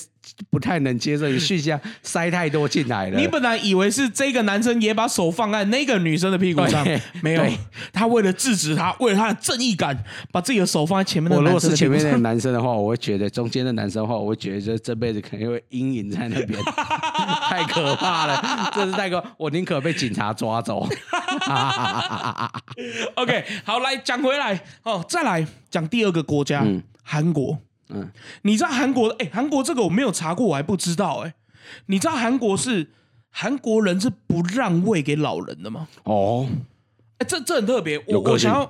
Speaker 1: 不太能接受，你讯息量塞太多进来了。
Speaker 2: 你本来以为是这个男生也把手放在那个女生的屁股上
Speaker 1: 对，
Speaker 2: 没有
Speaker 1: 对，
Speaker 2: 他为了制止她，为了她的正义感，把自己的手放在前面的
Speaker 1: 我如
Speaker 2: 男
Speaker 1: 果
Speaker 2: 生
Speaker 1: 是
Speaker 2: 的
Speaker 1: 前
Speaker 2: 屁股
Speaker 1: 面那个
Speaker 2: 上。
Speaker 1: 男生的话，我会觉得中间的男生的话，我会觉得这这辈子肯定会阴影在那边， (laughs) 太可怕了，这是太可，我宁可被警察抓走。 (laughs)
Speaker 2: OK，好，来讲回来哦，再来讲第二个国家
Speaker 1: 嗯，
Speaker 2: 韩国。
Speaker 1: 嗯，
Speaker 2: 你知道韩国？哎，韩国这个我没有查过，我还不知道。哎，你知道韩国是韩国人是不让位给老人的吗？
Speaker 1: 哦，
Speaker 2: 哎，这这很特别，我
Speaker 1: 有个
Speaker 2: 我
Speaker 1: 性
Speaker 2: 想要。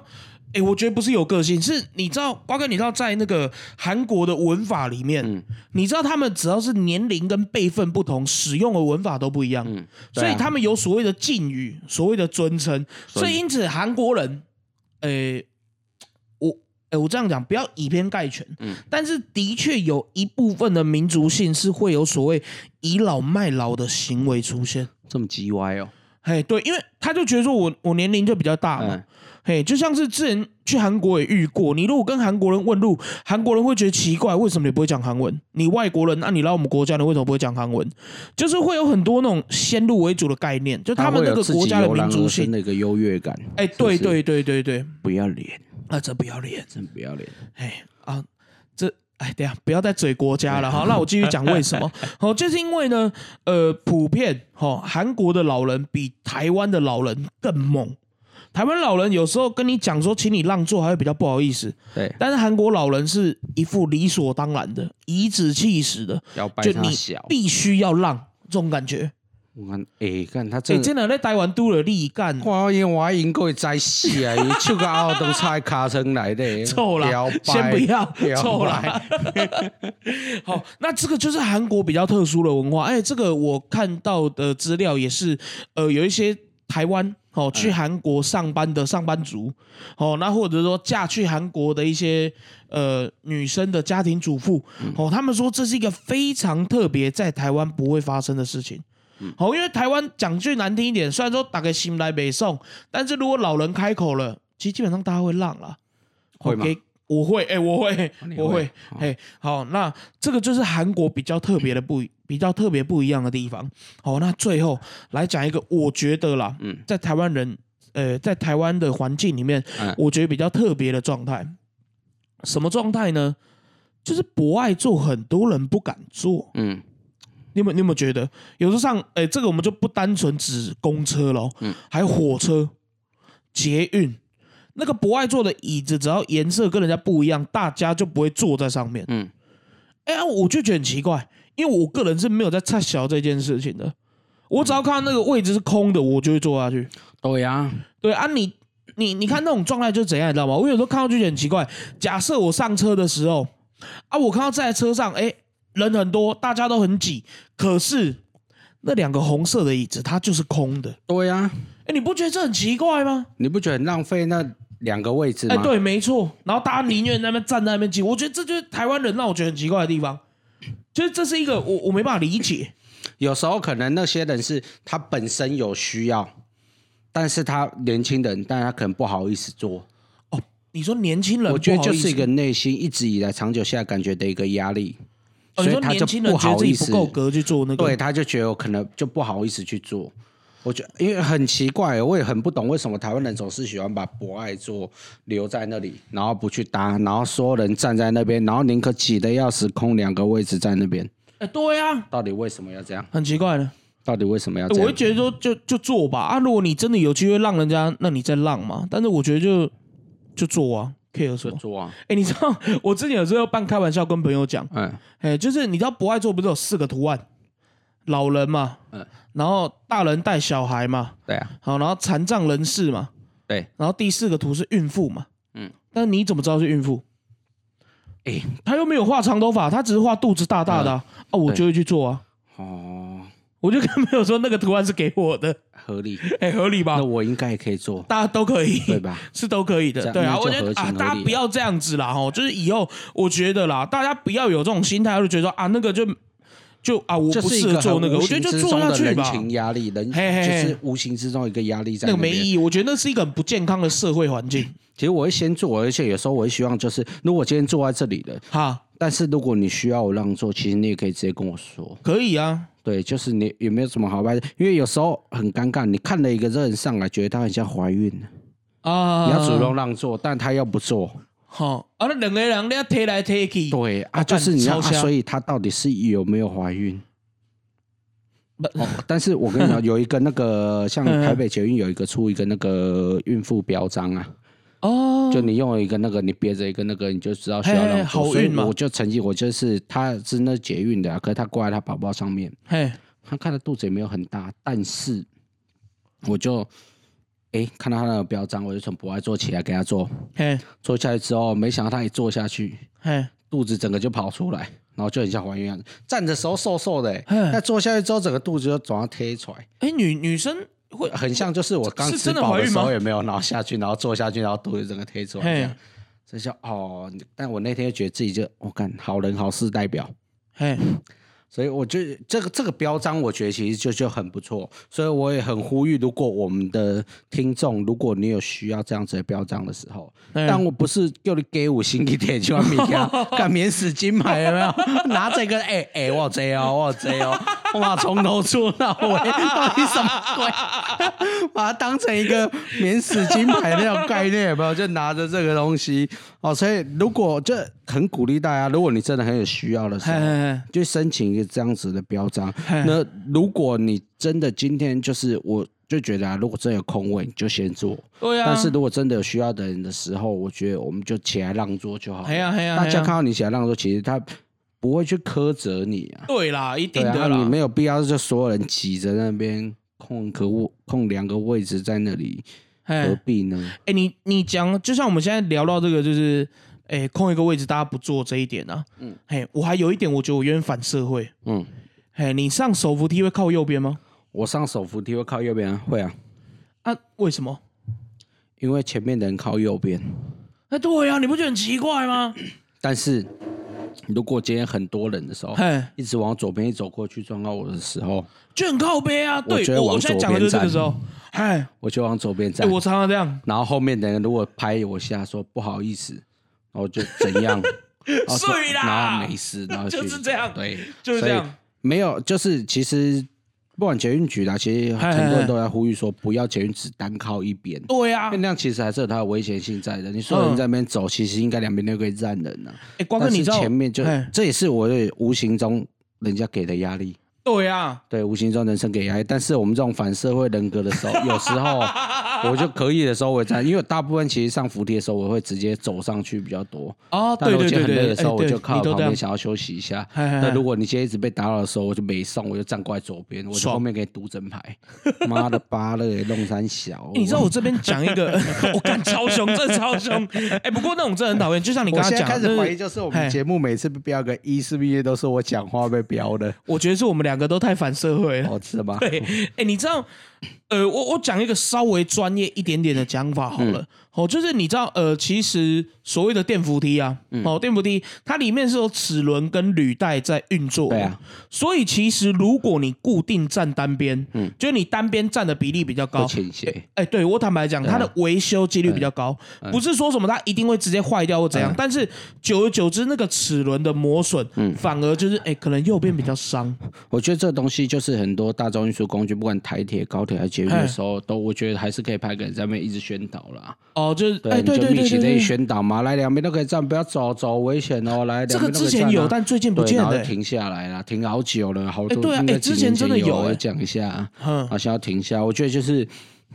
Speaker 2: 哎、哎、我觉得不是有个性，是你知道，瓜哥，你知道在那个韩国的文法里面，
Speaker 1: 嗯
Speaker 2: 你知道他们只要是年龄跟辈分不同，使用的文法都不一样，
Speaker 1: 对
Speaker 2: 所
Speaker 1: 啊
Speaker 2: 以他们有所谓的敬语，所谓的尊称，所以因此韩国人，哎、我哎、我这样讲不要以偏概全，
Speaker 1: 嗯
Speaker 2: 但是的确有一部分的民族性是会有所谓倚老卖老的行为出现。
Speaker 1: 这么鸡歪哦，
Speaker 2: 嘿，对，因为他就觉得说我我年龄就比较大嘛，
Speaker 1: 嗯
Speaker 2: 嘿，就像是之前去韩国也遇过，你如果跟韩国人问路，韩国人会觉得奇怪，为什么你不会讲韩文？你外国人，那、啊你来我们国家，你为什么不会讲韩文？就是会有很多那种先入为主的概念，就他们那个国家的民族性。
Speaker 1: 那个优越感，
Speaker 2: 哎、对对对对对，
Speaker 1: 不要脸，
Speaker 2: 啊，这不要脸，
Speaker 1: 真不要脸。
Speaker 2: 哎啊，这哎，等一下不要再嘴国家了哈。那我继续讲为
Speaker 1: (laughs)
Speaker 2: 什么？好，就是因为呢，呃，普遍哈、哦，韩国的老人比台湾的老人更猛。台湾老人有时候跟你讲说，请你让座，还会比较不好意思。
Speaker 1: 对，
Speaker 2: 但是韩国老人是一副理所当然的、颐指气使的，
Speaker 1: 要掰
Speaker 2: 就
Speaker 1: 他
Speaker 2: 你
Speaker 1: 小。
Speaker 2: 必须要让这种感觉。
Speaker 1: 我看，哎，看他
Speaker 2: 哎、
Speaker 1: 这，
Speaker 2: 真的在台湾都了力干，
Speaker 1: 我因我因过栽死啊，伊手甲后都插卡层来
Speaker 2: (laughs)
Speaker 1: 的，
Speaker 2: 臭啦
Speaker 1: 了，
Speaker 2: 先不要
Speaker 1: 摇摆
Speaker 2: 臭啦。好，那这个就是韩国比较特殊的文化。哎，这个我看到的资料也是，呃，有一些台湾哦去韩国上班的上班族，哦，那或者说嫁去韩国的一些呃女生的家庭主妇，
Speaker 1: 嗯
Speaker 2: 哦，他们说这是一个非常特别在台湾不会发生的事情。
Speaker 1: 嗯
Speaker 2: 好，因为台湾讲句难听一点，虽然说打个心来北送，但是如果老人开口了，其实基本上大家会让啦。哦
Speaker 1: 会吗
Speaker 2: 给我会，哎、我会
Speaker 1: 哦你，
Speaker 2: 我
Speaker 1: 会
Speaker 2: 会，哎、好，那这个就是韩国比较特别的不一比较特别不一样的地方。好，那最后来讲一个，我觉得啦，
Speaker 1: 嗯
Speaker 2: 在台湾人，呃，在台湾的环境里面，
Speaker 1: 嗯
Speaker 2: 我觉得比较特别的状态，什么状态呢？就是博爱做很多人不敢做，
Speaker 1: 嗯，
Speaker 2: 你有没有你有没有觉得？有时候上，哎、这个我们就不单纯指公车喽，
Speaker 1: 嗯
Speaker 2: 还有火车、捷运，那个博爱座的椅子，只要颜色跟人家不一样，大家就不会坐在上面。
Speaker 1: 嗯，
Speaker 2: 哎、呀，我就觉得很奇怪，因为我个人是没有在插小这件事情的，我只要看到那个位置是空的，我就会坐下去。
Speaker 1: 对呀，
Speaker 2: 对啊你，你你看那种状态就是怎样，你知道吗？我有时候看到就觉得很奇怪。假设我上车的时候，啊，我看到这台车上，哎，人很多，大家都很挤，可是那两个红色的椅子它就是空的，
Speaker 1: 对啊呀，
Speaker 2: 哎，你不觉得这很奇怪吗？
Speaker 1: 你不觉得很浪费那两个位置
Speaker 2: 哎，
Speaker 1: 吗？
Speaker 2: 对，没错。然后大家宁愿在那边站在那边挤，我觉得这就是台湾人让我觉得很奇怪的地方，就是这是一个我我没办法理解。
Speaker 1: 有时候可能那些人是他本身有需要，但是他年轻人，但他可能不好意思做。
Speaker 2: 哦，你说年轻人，
Speaker 1: 我觉得
Speaker 2: 不好
Speaker 1: 就
Speaker 2: 意思
Speaker 1: 是一个内心一直以来长久下来感觉的一个压力，
Speaker 2: 哦，
Speaker 1: 所
Speaker 2: 你
Speaker 1: 以
Speaker 2: 说
Speaker 1: 他就
Speaker 2: 年轻人觉得
Speaker 1: 好
Speaker 2: 自
Speaker 1: 意
Speaker 2: 己
Speaker 1: 思。
Speaker 2: 不够格去做那个，
Speaker 1: 对，他就觉得我可能就不好意思去做。我觉因为很奇怪，我也很不懂为什么台湾人总是喜欢把博爱座留在那里，然后不去搭，然后所有人站在那边，然后宁可挤得要死，空两个位置在那边，
Speaker 2: 哎，对啊，
Speaker 1: 到底为什么要这样？
Speaker 2: 很奇怪的。
Speaker 1: 到底为什么要
Speaker 2: 欸
Speaker 1: 这
Speaker 2: 我
Speaker 1: 样
Speaker 2: 会？觉得说就就做吧啊，如果你真的有机会让人家，那你再让嘛。但是我觉得就就做啊，care
Speaker 1: 就
Speaker 2: 什么？
Speaker 1: 做啊，
Speaker 2: 哎、你知道 (laughs) 我之前有时候半开玩笑跟朋友讲，
Speaker 1: 嗯，
Speaker 2: 哎、就是你知道博爱座不是有四个图案，老人嘛，
Speaker 1: 嗯
Speaker 2: 然后大人带小孩嘛，
Speaker 1: 对啊，
Speaker 2: 好，然后残障人士嘛，
Speaker 1: 对，
Speaker 2: 然后第四个图是孕妇嘛，
Speaker 1: 嗯，
Speaker 2: 但你怎么知道是孕妇？
Speaker 1: 哎
Speaker 2: 他又没有画长头发，他只是画肚子大大的啊，
Speaker 1: 嗯
Speaker 2: 啊我就会去做啊，
Speaker 1: 哦，
Speaker 2: 我就跟朋友说那个图案是给我的，
Speaker 1: 合理，
Speaker 2: 哎、合理吧？
Speaker 1: 那我应该也可以
Speaker 2: (laughs)
Speaker 1: 做，
Speaker 2: 大家都可以，
Speaker 1: 对吧？
Speaker 2: (laughs) 是都可以
Speaker 1: 这
Speaker 2: 的，
Speaker 1: 样
Speaker 2: 对啊，
Speaker 1: 那就
Speaker 2: 我觉得
Speaker 1: 合情
Speaker 2: 啊，
Speaker 1: 合理
Speaker 2: 大家不要这样子啦，吼，就是以后我觉得啦，大家不要有这种心态，就觉得说啊，那个就就啊，我
Speaker 1: 这
Speaker 2: 不
Speaker 1: 是一
Speaker 2: 适合
Speaker 1: 个
Speaker 2: 做
Speaker 1: 很
Speaker 2: 那个，
Speaker 1: 无
Speaker 2: 我觉得
Speaker 1: 形
Speaker 2: 就
Speaker 1: 之
Speaker 2: 做
Speaker 1: 中
Speaker 2: 下
Speaker 1: 的
Speaker 2: 去
Speaker 1: 人
Speaker 2: 吧，
Speaker 1: 情压力，人
Speaker 2: 嘿嘿嘿
Speaker 1: 就是无形之中一个压力在
Speaker 2: 那个
Speaker 1: 边
Speaker 2: 没意义，我觉得那是一个很不健康的社会环境， (laughs)
Speaker 1: 其实我会先做，而且有时候我会希望就是，如果今天坐在这里的，
Speaker 2: 哈，
Speaker 1: 但是如果你需要我让座，其实你也可以直接跟我说。
Speaker 2: 可以啊，
Speaker 1: 对，就是你有没有什么好办？因为有时候很尴尬，你看了一个人上来，觉得他很像怀孕，
Speaker 2: 啊，
Speaker 1: 你要主动让座，但他要不做。
Speaker 2: 好，啊，那两个人你要推来推去，
Speaker 1: 对啊，
Speaker 2: 啊
Speaker 1: 就
Speaker 2: 干
Speaker 1: 是你要、
Speaker 2: 超
Speaker 1: 啊，
Speaker 2: 瞎
Speaker 1: 所以他到底是有没有怀孕？
Speaker 2: 不
Speaker 1: 哦，但是我跟
Speaker 2: (laughs)
Speaker 1: 你讲，有一个那个像
Speaker 2: 嗯嗯
Speaker 1: 台北捷运有一个出一个那个孕妇标章啊，
Speaker 2: 哦，
Speaker 1: 就你用一个那个，你别着一个那个，你就知道需要
Speaker 2: 嘿嘿
Speaker 1: 让座。
Speaker 2: 好
Speaker 1: 所以
Speaker 2: 运嘛
Speaker 1: 我就曾经我就是他是那捷运的、啊，可是他挂在他宝宝上面，
Speaker 2: 嘿，
Speaker 1: 他看的肚子也没有很大，但是我就哎、看到他的表彰，我就从博爱坐起来给他做，
Speaker 2: 嘿，
Speaker 1: 做下去之后，没想到他一坐下去，
Speaker 2: 嘿，
Speaker 1: 肚子整个就跑出来，然后就很像还原样子。站的时候瘦瘦的、欸，
Speaker 2: 嗯
Speaker 1: 那坐下去之后，整个肚子就转到贴出来，
Speaker 2: 哎，女女生会，
Speaker 1: 很像就是我刚
Speaker 2: 是
Speaker 1: 吃
Speaker 2: 真的
Speaker 1: 饱
Speaker 2: 怀
Speaker 1: 的
Speaker 2: 孕
Speaker 1: 时候
Speaker 2: 吗
Speaker 1: 有没有，然后下去，然后坐下去，然后肚子整个贴出来这
Speaker 2: 嘿
Speaker 1: 样。，这叫哦，但我那天就觉得自己就我干、好人好事代表，
Speaker 2: 嘿，
Speaker 1: 所以我觉得这个这个标章，我觉得其实就就很不错，所以我也很呼吁，如果我们的听众，如果你有需要这样子的标章的时候，
Speaker 2: 嗯
Speaker 1: 但我不是叫你给五星一点就要米
Speaker 2: (laughs)
Speaker 1: 家，干免死金牌有没 (laughs) 有？拿这个，哎、哎、我有这哦，我有这哦，我把从头做到尾，到底什么鬼？ (laughs) 把它当成一个免死金牌那种概念有没有？就拿着这个东西哦，所以如果这很鼓励大家，如果你真的很有需要的时
Speaker 2: 嘿，
Speaker 1: 候。
Speaker 2: 嘿，
Speaker 1: 就申请一个这样子的标章。那如果你真的今天就是我。就觉得啊，如果真的有空位，你就先做。
Speaker 2: 对啊，
Speaker 1: 但是如果真的有需要的人的时候，我觉得我们就起来让座就好了。
Speaker 2: 嘿哎啊呀嘿呀
Speaker 1: 大
Speaker 2: 嘿
Speaker 1: 家
Speaker 2: 呀
Speaker 1: 看到你起来让座，其实他不会去苛责你啊。
Speaker 2: 对啦，一定
Speaker 1: 对啊，
Speaker 2: 的
Speaker 1: 你
Speaker 2: 啦，
Speaker 1: 没有必要就所有人挤着那边空个位空两个位置在那里，何
Speaker 2: 嘿，
Speaker 1: 必呢？
Speaker 2: 哎，你你讲，就像我们现在聊到这个，就是哎空一个位置，大家不做这一点啊，嗯，嘿，我还有一点，我觉得我有点反社会，
Speaker 1: 嗯，
Speaker 2: 嘿，你上手扶梯会靠右边吗？
Speaker 1: 我上手扶梯会靠右边啊，会啊，
Speaker 2: 啊，为什么？
Speaker 1: 因为前面的人靠右边。
Speaker 2: 哎，对啊，你不觉得很奇怪吗？
Speaker 1: 但是如果今天很多人的时候，
Speaker 2: 嘿，
Speaker 1: 一直往左边一走过去撞到我的时候，
Speaker 2: 就很靠背啊，对
Speaker 1: 觉，得
Speaker 2: 我
Speaker 1: 往
Speaker 2: 我现在
Speaker 1: 左
Speaker 2: 讲的
Speaker 1: 边
Speaker 2: 就是这个
Speaker 1: 站
Speaker 2: 时候，哎，
Speaker 1: 我就往左边
Speaker 2: 哎，
Speaker 1: 站，
Speaker 2: 我常常这样，
Speaker 1: 然后后面的人如果拍我下说不好意思，然后就怎样，
Speaker 2: (laughs)
Speaker 1: 然后说
Speaker 2: 睡啦
Speaker 1: 然后没事，然后去
Speaker 2: 就是这样
Speaker 1: 对，
Speaker 2: 就是这
Speaker 1: 所以
Speaker 2: 样，
Speaker 1: 没有，就是其实不管捷运局啦，其实
Speaker 2: 嗨
Speaker 1: 很多
Speaker 2: 嗨
Speaker 1: 人都在呼吁说不要捷运只单靠一边。
Speaker 2: 对啊
Speaker 1: 因为，那样其实还是有它的危险性在的。你所有人在那边走，其实应该两边都可以站人呐、啊。
Speaker 2: 哎，瓜哥，
Speaker 1: 但是
Speaker 2: 你知道
Speaker 1: 前面就
Speaker 2: 嘿
Speaker 1: 这也是我也无形中人家给的压力。
Speaker 2: 对啊，
Speaker 1: 对，无形中人生给压力。但是我们这种反社会人格的时候，有时
Speaker 2: (laughs)
Speaker 1: 候我就可以的时候我也站，因为大部分其实上扶梯的时候，我会直接走上去比较多。
Speaker 2: 哦，
Speaker 1: 但
Speaker 2: 对
Speaker 1: 如果
Speaker 2: 对
Speaker 1: 今天
Speaker 2: 对
Speaker 1: 很累
Speaker 2: 对，
Speaker 1: 的时候，
Speaker 2: 哎
Speaker 1: 我
Speaker 2: 对
Speaker 1: 就靠
Speaker 2: 你都
Speaker 1: 旁
Speaker 2: 这样
Speaker 1: 边，想要休息一下。
Speaker 2: 嗨嗨
Speaker 1: 那
Speaker 2: 嗨
Speaker 1: 如果你今天一直被打扰的时候，我就没送，我就站过来左边，我就
Speaker 2: 爽
Speaker 1: 后面给你读整排。妈的，巴勒弄三
Speaker 2: (laughs)
Speaker 1: 小，
Speaker 2: 哎
Speaker 1: 哦
Speaker 2: 你知道我这边讲一 (laughs) 个，我干超凶，真的超凶。哎，不过那种真的很讨厌，就像你
Speaker 1: 我
Speaker 2: 刚
Speaker 1: 现在
Speaker 2: 刚讲
Speaker 1: 开
Speaker 2: 的，
Speaker 1: 始
Speaker 2: 就
Speaker 1: 怀疑，
Speaker 2: 是
Speaker 1: 就是我们节目每次被标个一，是不是都是我讲话被标
Speaker 2: (laughs)
Speaker 1: 的？
Speaker 2: 我觉得是我们两个都太反社会了。
Speaker 1: 哦，是吗？
Speaker 2: 对，哎，你知道，呃，我我讲一个稍微专业一点点的讲法好了，哦，就是你知道，呃，其实所谓的电扶梯啊，哦，电扶梯它里面是有齿轮跟履带在运作，
Speaker 1: 对啊，
Speaker 2: 所以其实如果你固定站单边，嗯，就是你单边站的比例比较高
Speaker 1: 不，倾斜。
Speaker 2: 哎、对我坦白讲，它的维修几率比较高，不是说什么它一定会直接坏掉或怎样，但是久而久之，那个齿轮的磨损，反而就是哎、可能右边比较伤。
Speaker 1: 我觉得这东西就是很多大众运输工具，不管台铁、高铁还是捷运的时候，都我觉得还是可以派个人在那边一直宣导啦。
Speaker 2: 哦，就是哎、对
Speaker 1: 你
Speaker 2: 对
Speaker 1: 就密
Speaker 2: 对
Speaker 1: 集
Speaker 2: 对
Speaker 1: 的
Speaker 2: 对，
Speaker 1: 宣导嘛，来两边都可以站，不要走，走危险哦。来，
Speaker 2: 这
Speaker 1: 两
Speaker 2: 个
Speaker 1: 边都可
Speaker 2: 之
Speaker 1: 以站啊
Speaker 2: 前有，但最近不
Speaker 1: 对
Speaker 2: 见
Speaker 1: 然
Speaker 2: 了、
Speaker 1: 后
Speaker 2: 哎
Speaker 1: 停下来啦，停好久了，好
Speaker 2: 哎
Speaker 1: 多
Speaker 2: 对啊
Speaker 1: 应该
Speaker 2: 哎
Speaker 1: 几
Speaker 2: 之前
Speaker 1: 年
Speaker 2: 真的
Speaker 1: 前
Speaker 2: 有
Speaker 1: 我
Speaker 2: 哎
Speaker 1: 讲一下，
Speaker 2: 嗯，
Speaker 1: 好像要停下。我觉得就是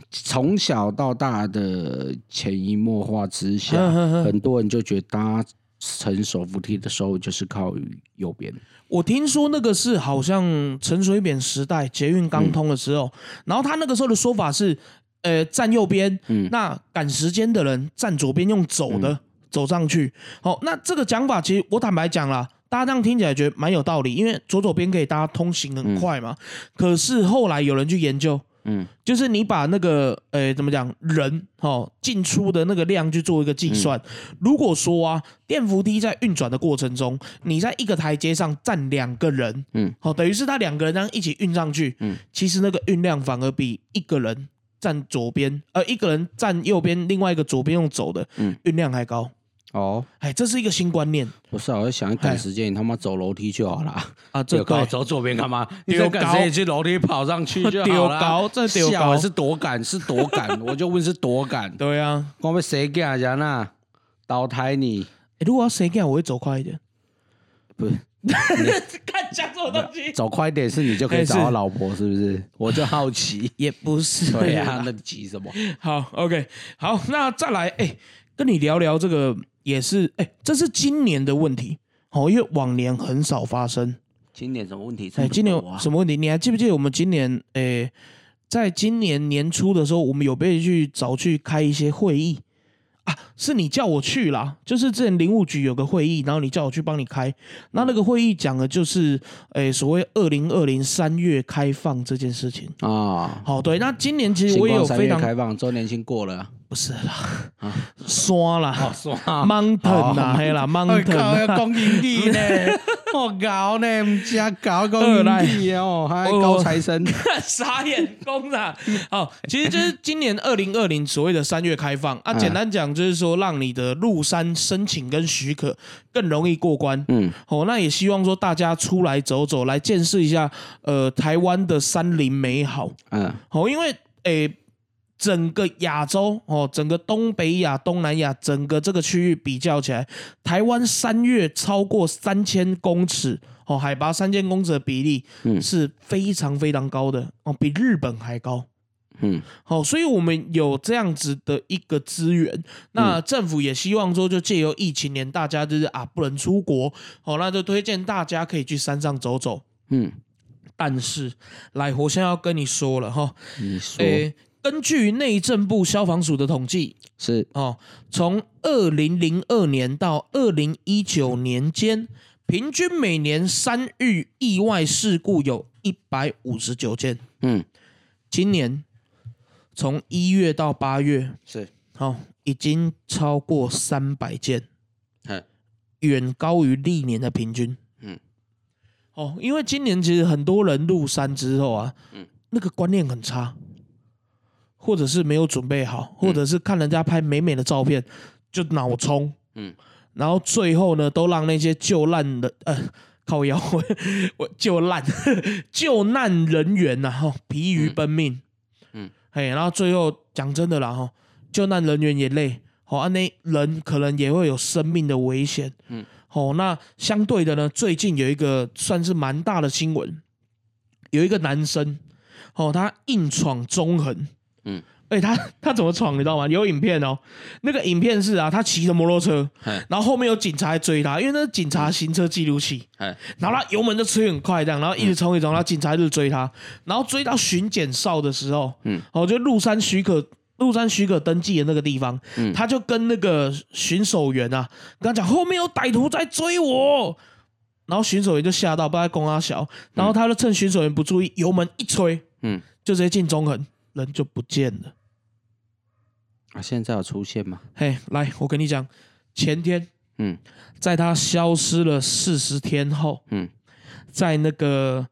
Speaker 1: 从小到大的潜移默化之下，
Speaker 2: 嗯嗯嗯
Speaker 1: 很多人就觉得搭乘手扶梯的时候就是靠右边。
Speaker 2: 我听说那个是好像陈水扁时代捷运刚通的
Speaker 1: 嗯
Speaker 2: 时候，然后他那个时候的说法是，呃，站右边，
Speaker 1: 嗯
Speaker 2: 那赶时间的人站左边用走的、走上去。好，那这个讲法其实我坦白讲啦，大家这样听起来觉得蛮有道理，因为左左边可以大家通行很快嘛。可是后来有人去研究，
Speaker 1: 嗯，
Speaker 2: 就是你把那个呃怎么讲人哦进出的那个量去做一个计算。如果说啊，电扶梯在运转的过程中，你在一个台阶上站两个人，
Speaker 1: 嗯，
Speaker 2: 好、等于是他两个人这样一起运上去，
Speaker 1: 嗯，
Speaker 2: 其实那个运量反而比一个人站左边，呃，一个人站右边，另外一个左边用走的，
Speaker 1: 嗯，
Speaker 2: 运量还高。
Speaker 1: 哦，
Speaker 2: 哎，这是一个新观念
Speaker 1: 不是啊，我在想赶时间，你他妈走楼梯就好啦。 (laughs)
Speaker 2: 啊，这
Speaker 1: 有高
Speaker 2: 对
Speaker 1: 走左边干嘛？
Speaker 2: 丢
Speaker 1: 你就赶
Speaker 2: 高
Speaker 1: 谁去楼梯跑上去就好
Speaker 2: 丢
Speaker 1: 啦
Speaker 2: 高啊这丢
Speaker 1: 吓
Speaker 2: 高
Speaker 1: 我是多赶是多赶，我就问是多 (laughs) 赶，
Speaker 2: 对啊。
Speaker 1: 光被谁干人呐？倒胎你
Speaker 2: 哎如果要谁干，我会走快一点。
Speaker 1: 不是
Speaker 2: (laughs) 看讲这种东西，
Speaker 1: 走快哎点，是你就可
Speaker 2: 哎
Speaker 1: 以
Speaker 2: 是。
Speaker 1: 找到老婆是不是？我就好奇
Speaker 2: 也不是
Speaker 1: (laughs) 对啊呀、那你急什么？
Speaker 2: 好，OK，好，那再来，哎、跟你聊聊这个也是，哎、这是今年的问题，哦，因为往年很少发生。
Speaker 1: (laughs) 今年什么问题？啊
Speaker 2: 哎、今年
Speaker 1: 我
Speaker 2: 有什么问题？你还记不记得我们今年，哎、在今年年初的时候，我们有被去找去开一些会议啊，是你叫我去啦，就是之前林务局有个会议，然后你叫我去帮你开。那那个会议讲的就是，诶、所谓二零二零三月开放这件事情。
Speaker 1: 啊。
Speaker 2: 好，对，那今年其实
Speaker 1: 星
Speaker 2: 我也有
Speaker 1: 光三
Speaker 2: 非
Speaker 1: 月
Speaker 2: 常
Speaker 1: 开放，周年庆过了，啊
Speaker 2: 不是啦，刷啦
Speaker 1: 爽
Speaker 2: ，mountain 啦，嘿啦，mountain 啊
Speaker 1: 靠，要
Speaker 2: 啦
Speaker 1: (laughs) 讲英语呢，我搞呢，唔知啊搞讲
Speaker 2: 二来
Speaker 1: 英语的哦，还高材生，
Speaker 2: 傻眼公啦！好，其实就是今年二零二零所谓的三月开放啊，
Speaker 1: 嗯
Speaker 2: 简单讲就是说让你的入山申请跟许可更容易过关。
Speaker 1: 嗯，
Speaker 2: 哦，那也希望说大家出来走走，来见识一下呃台湾的山林美好。
Speaker 1: 嗯
Speaker 2: 哦，因为诶。整个亚洲哦，整个东北亚、东南亚，整个这个区域比较起来，台湾三月超过三千公尺哦，海拔三千公尺的比例
Speaker 1: 嗯
Speaker 2: 是非常非常高的哦，比日本还高。
Speaker 1: 嗯
Speaker 2: 好、所以我们有这样子的一个资源，那政府也希望说，就借由疫情年，大家就是啊不能出国，好、那就推荐大家可以去山上走走。
Speaker 1: 嗯，
Speaker 2: 但是，来，我现在要跟你说了哈，
Speaker 1: 你说
Speaker 2: 诶、根据内政部消防署的统计，
Speaker 1: 是
Speaker 2: 哦，从二零零二年到二零一九年间，平均每年山域意外事故有一百五十九件。
Speaker 1: 嗯
Speaker 2: 今年从一月到八月，
Speaker 1: 是，
Speaker 2: 哦，已经超过三百件，
Speaker 1: 嗯
Speaker 2: 远高于历年的平均。
Speaker 1: 嗯，
Speaker 2: 哦，因为今年其实很多人入山之后啊，
Speaker 1: 嗯
Speaker 2: 那个观念很差，或者是没有准备好，或者是看人家拍美美的照片就脑冲，
Speaker 1: 嗯
Speaker 2: 然后最后呢，都让那些救难的 (laughs) 呃。靠腰，我我救难 (laughs) 救难人员呐、啊，哈、疲于奔命，
Speaker 1: 嗯嗯
Speaker 2: 嘿，然后最后讲真的啦，哈、救难人员也累，好、啊，那人可能也会有生命的危险，
Speaker 1: 嗯，
Speaker 2: 哦，那相对的呢，最近有一个算是蛮大的新闻，有一个男生，哦，他硬闯中横，
Speaker 1: 嗯，
Speaker 2: 哎、他他怎么闯你知道吗？有影片哦，那个影片是啊，他骑着摩托车
Speaker 1: 嘿，
Speaker 2: 然后后面有警察来追他，因为那是警察行车记录器，
Speaker 1: 哎
Speaker 2: 然后他油门就吹很快，这样，然后一直冲一直冲，然后警察就追他，然后追到巡检哨的时候，
Speaker 1: 嗯
Speaker 2: 嗯，哦，就入山许可。入山许可登记的那个地方，
Speaker 1: 嗯
Speaker 2: 他就跟那个巡守员啊，跟他讲后面有歹徒在追我，然后巡守员就吓到，不知道在攻他小，然后他就趁巡守员不注意，油门一吹，
Speaker 1: 嗯，
Speaker 2: 就直接进中横，人就不见了。
Speaker 1: 啊，现在有出现吗？
Speaker 2: 嘿，来，我跟你讲，前天
Speaker 1: 嗯
Speaker 2: 在他消失了四十天后，
Speaker 1: 嗯
Speaker 2: 在那个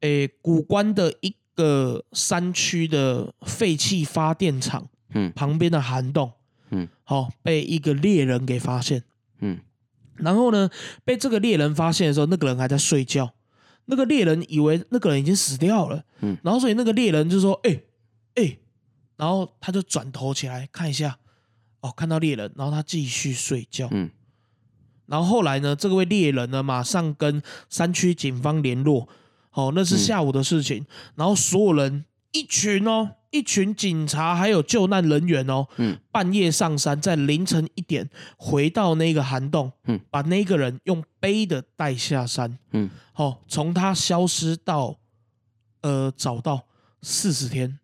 Speaker 2: 诶古关的一个山区的废弃发电厂
Speaker 1: 嗯
Speaker 2: 旁边的涵洞，
Speaker 1: 嗯，
Speaker 2: 好、被一个猎人给发现。
Speaker 1: 嗯
Speaker 2: 然后呢，被这个猎人发现的时候，那个人还在睡觉。那个猎人以为那个人已经死掉了，
Speaker 1: 嗯
Speaker 2: 然后所以那个猎人就说：“哎、哎、然后他就转头起来看一下，哦，看到猎人，然后他继续睡觉。
Speaker 1: 嗯
Speaker 2: 然后后来呢，这位猎人呢，马上跟山区警方联络。哦，
Speaker 1: 嗯
Speaker 2: 那是下午的事情。然后所有人一群哦，一群警察还有救难人员哦，
Speaker 1: 嗯
Speaker 2: 半夜上山，在凌晨一点回到那个涵洞，
Speaker 1: 嗯
Speaker 2: 把那个人用背的带下山。
Speaker 1: 嗯，
Speaker 2: 哦，从他消失到呃找到四十天，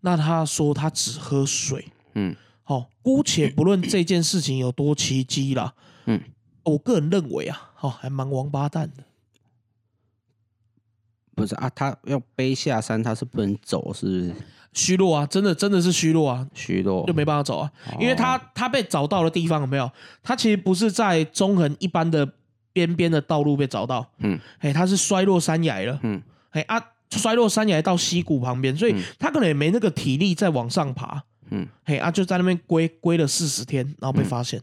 Speaker 2: 那他说他只喝水。
Speaker 1: 嗯
Speaker 2: 哦，姑且不论这件事情有多奇迹啦，
Speaker 1: 嗯，
Speaker 2: 我个人认为啊，哦，还蛮王八蛋的。
Speaker 1: 不是啊，他要背下山，他是不能走，是不是？
Speaker 2: 虚弱啊，真的真的是虚弱啊，
Speaker 1: 虚弱
Speaker 2: 就没办法走啊，因为他他被找到的地方有没有？他其实不是在中横一般的边边的道路被找到，
Speaker 1: 嗯
Speaker 2: 哎，他是摔落山崖了，
Speaker 1: 嗯
Speaker 2: 哎啊，摔落山崖到溪谷旁边，所以他可能也没那个体力再往上爬，
Speaker 1: 嗯
Speaker 2: 嘿啊，就在那边归归了四十天，然后被发现，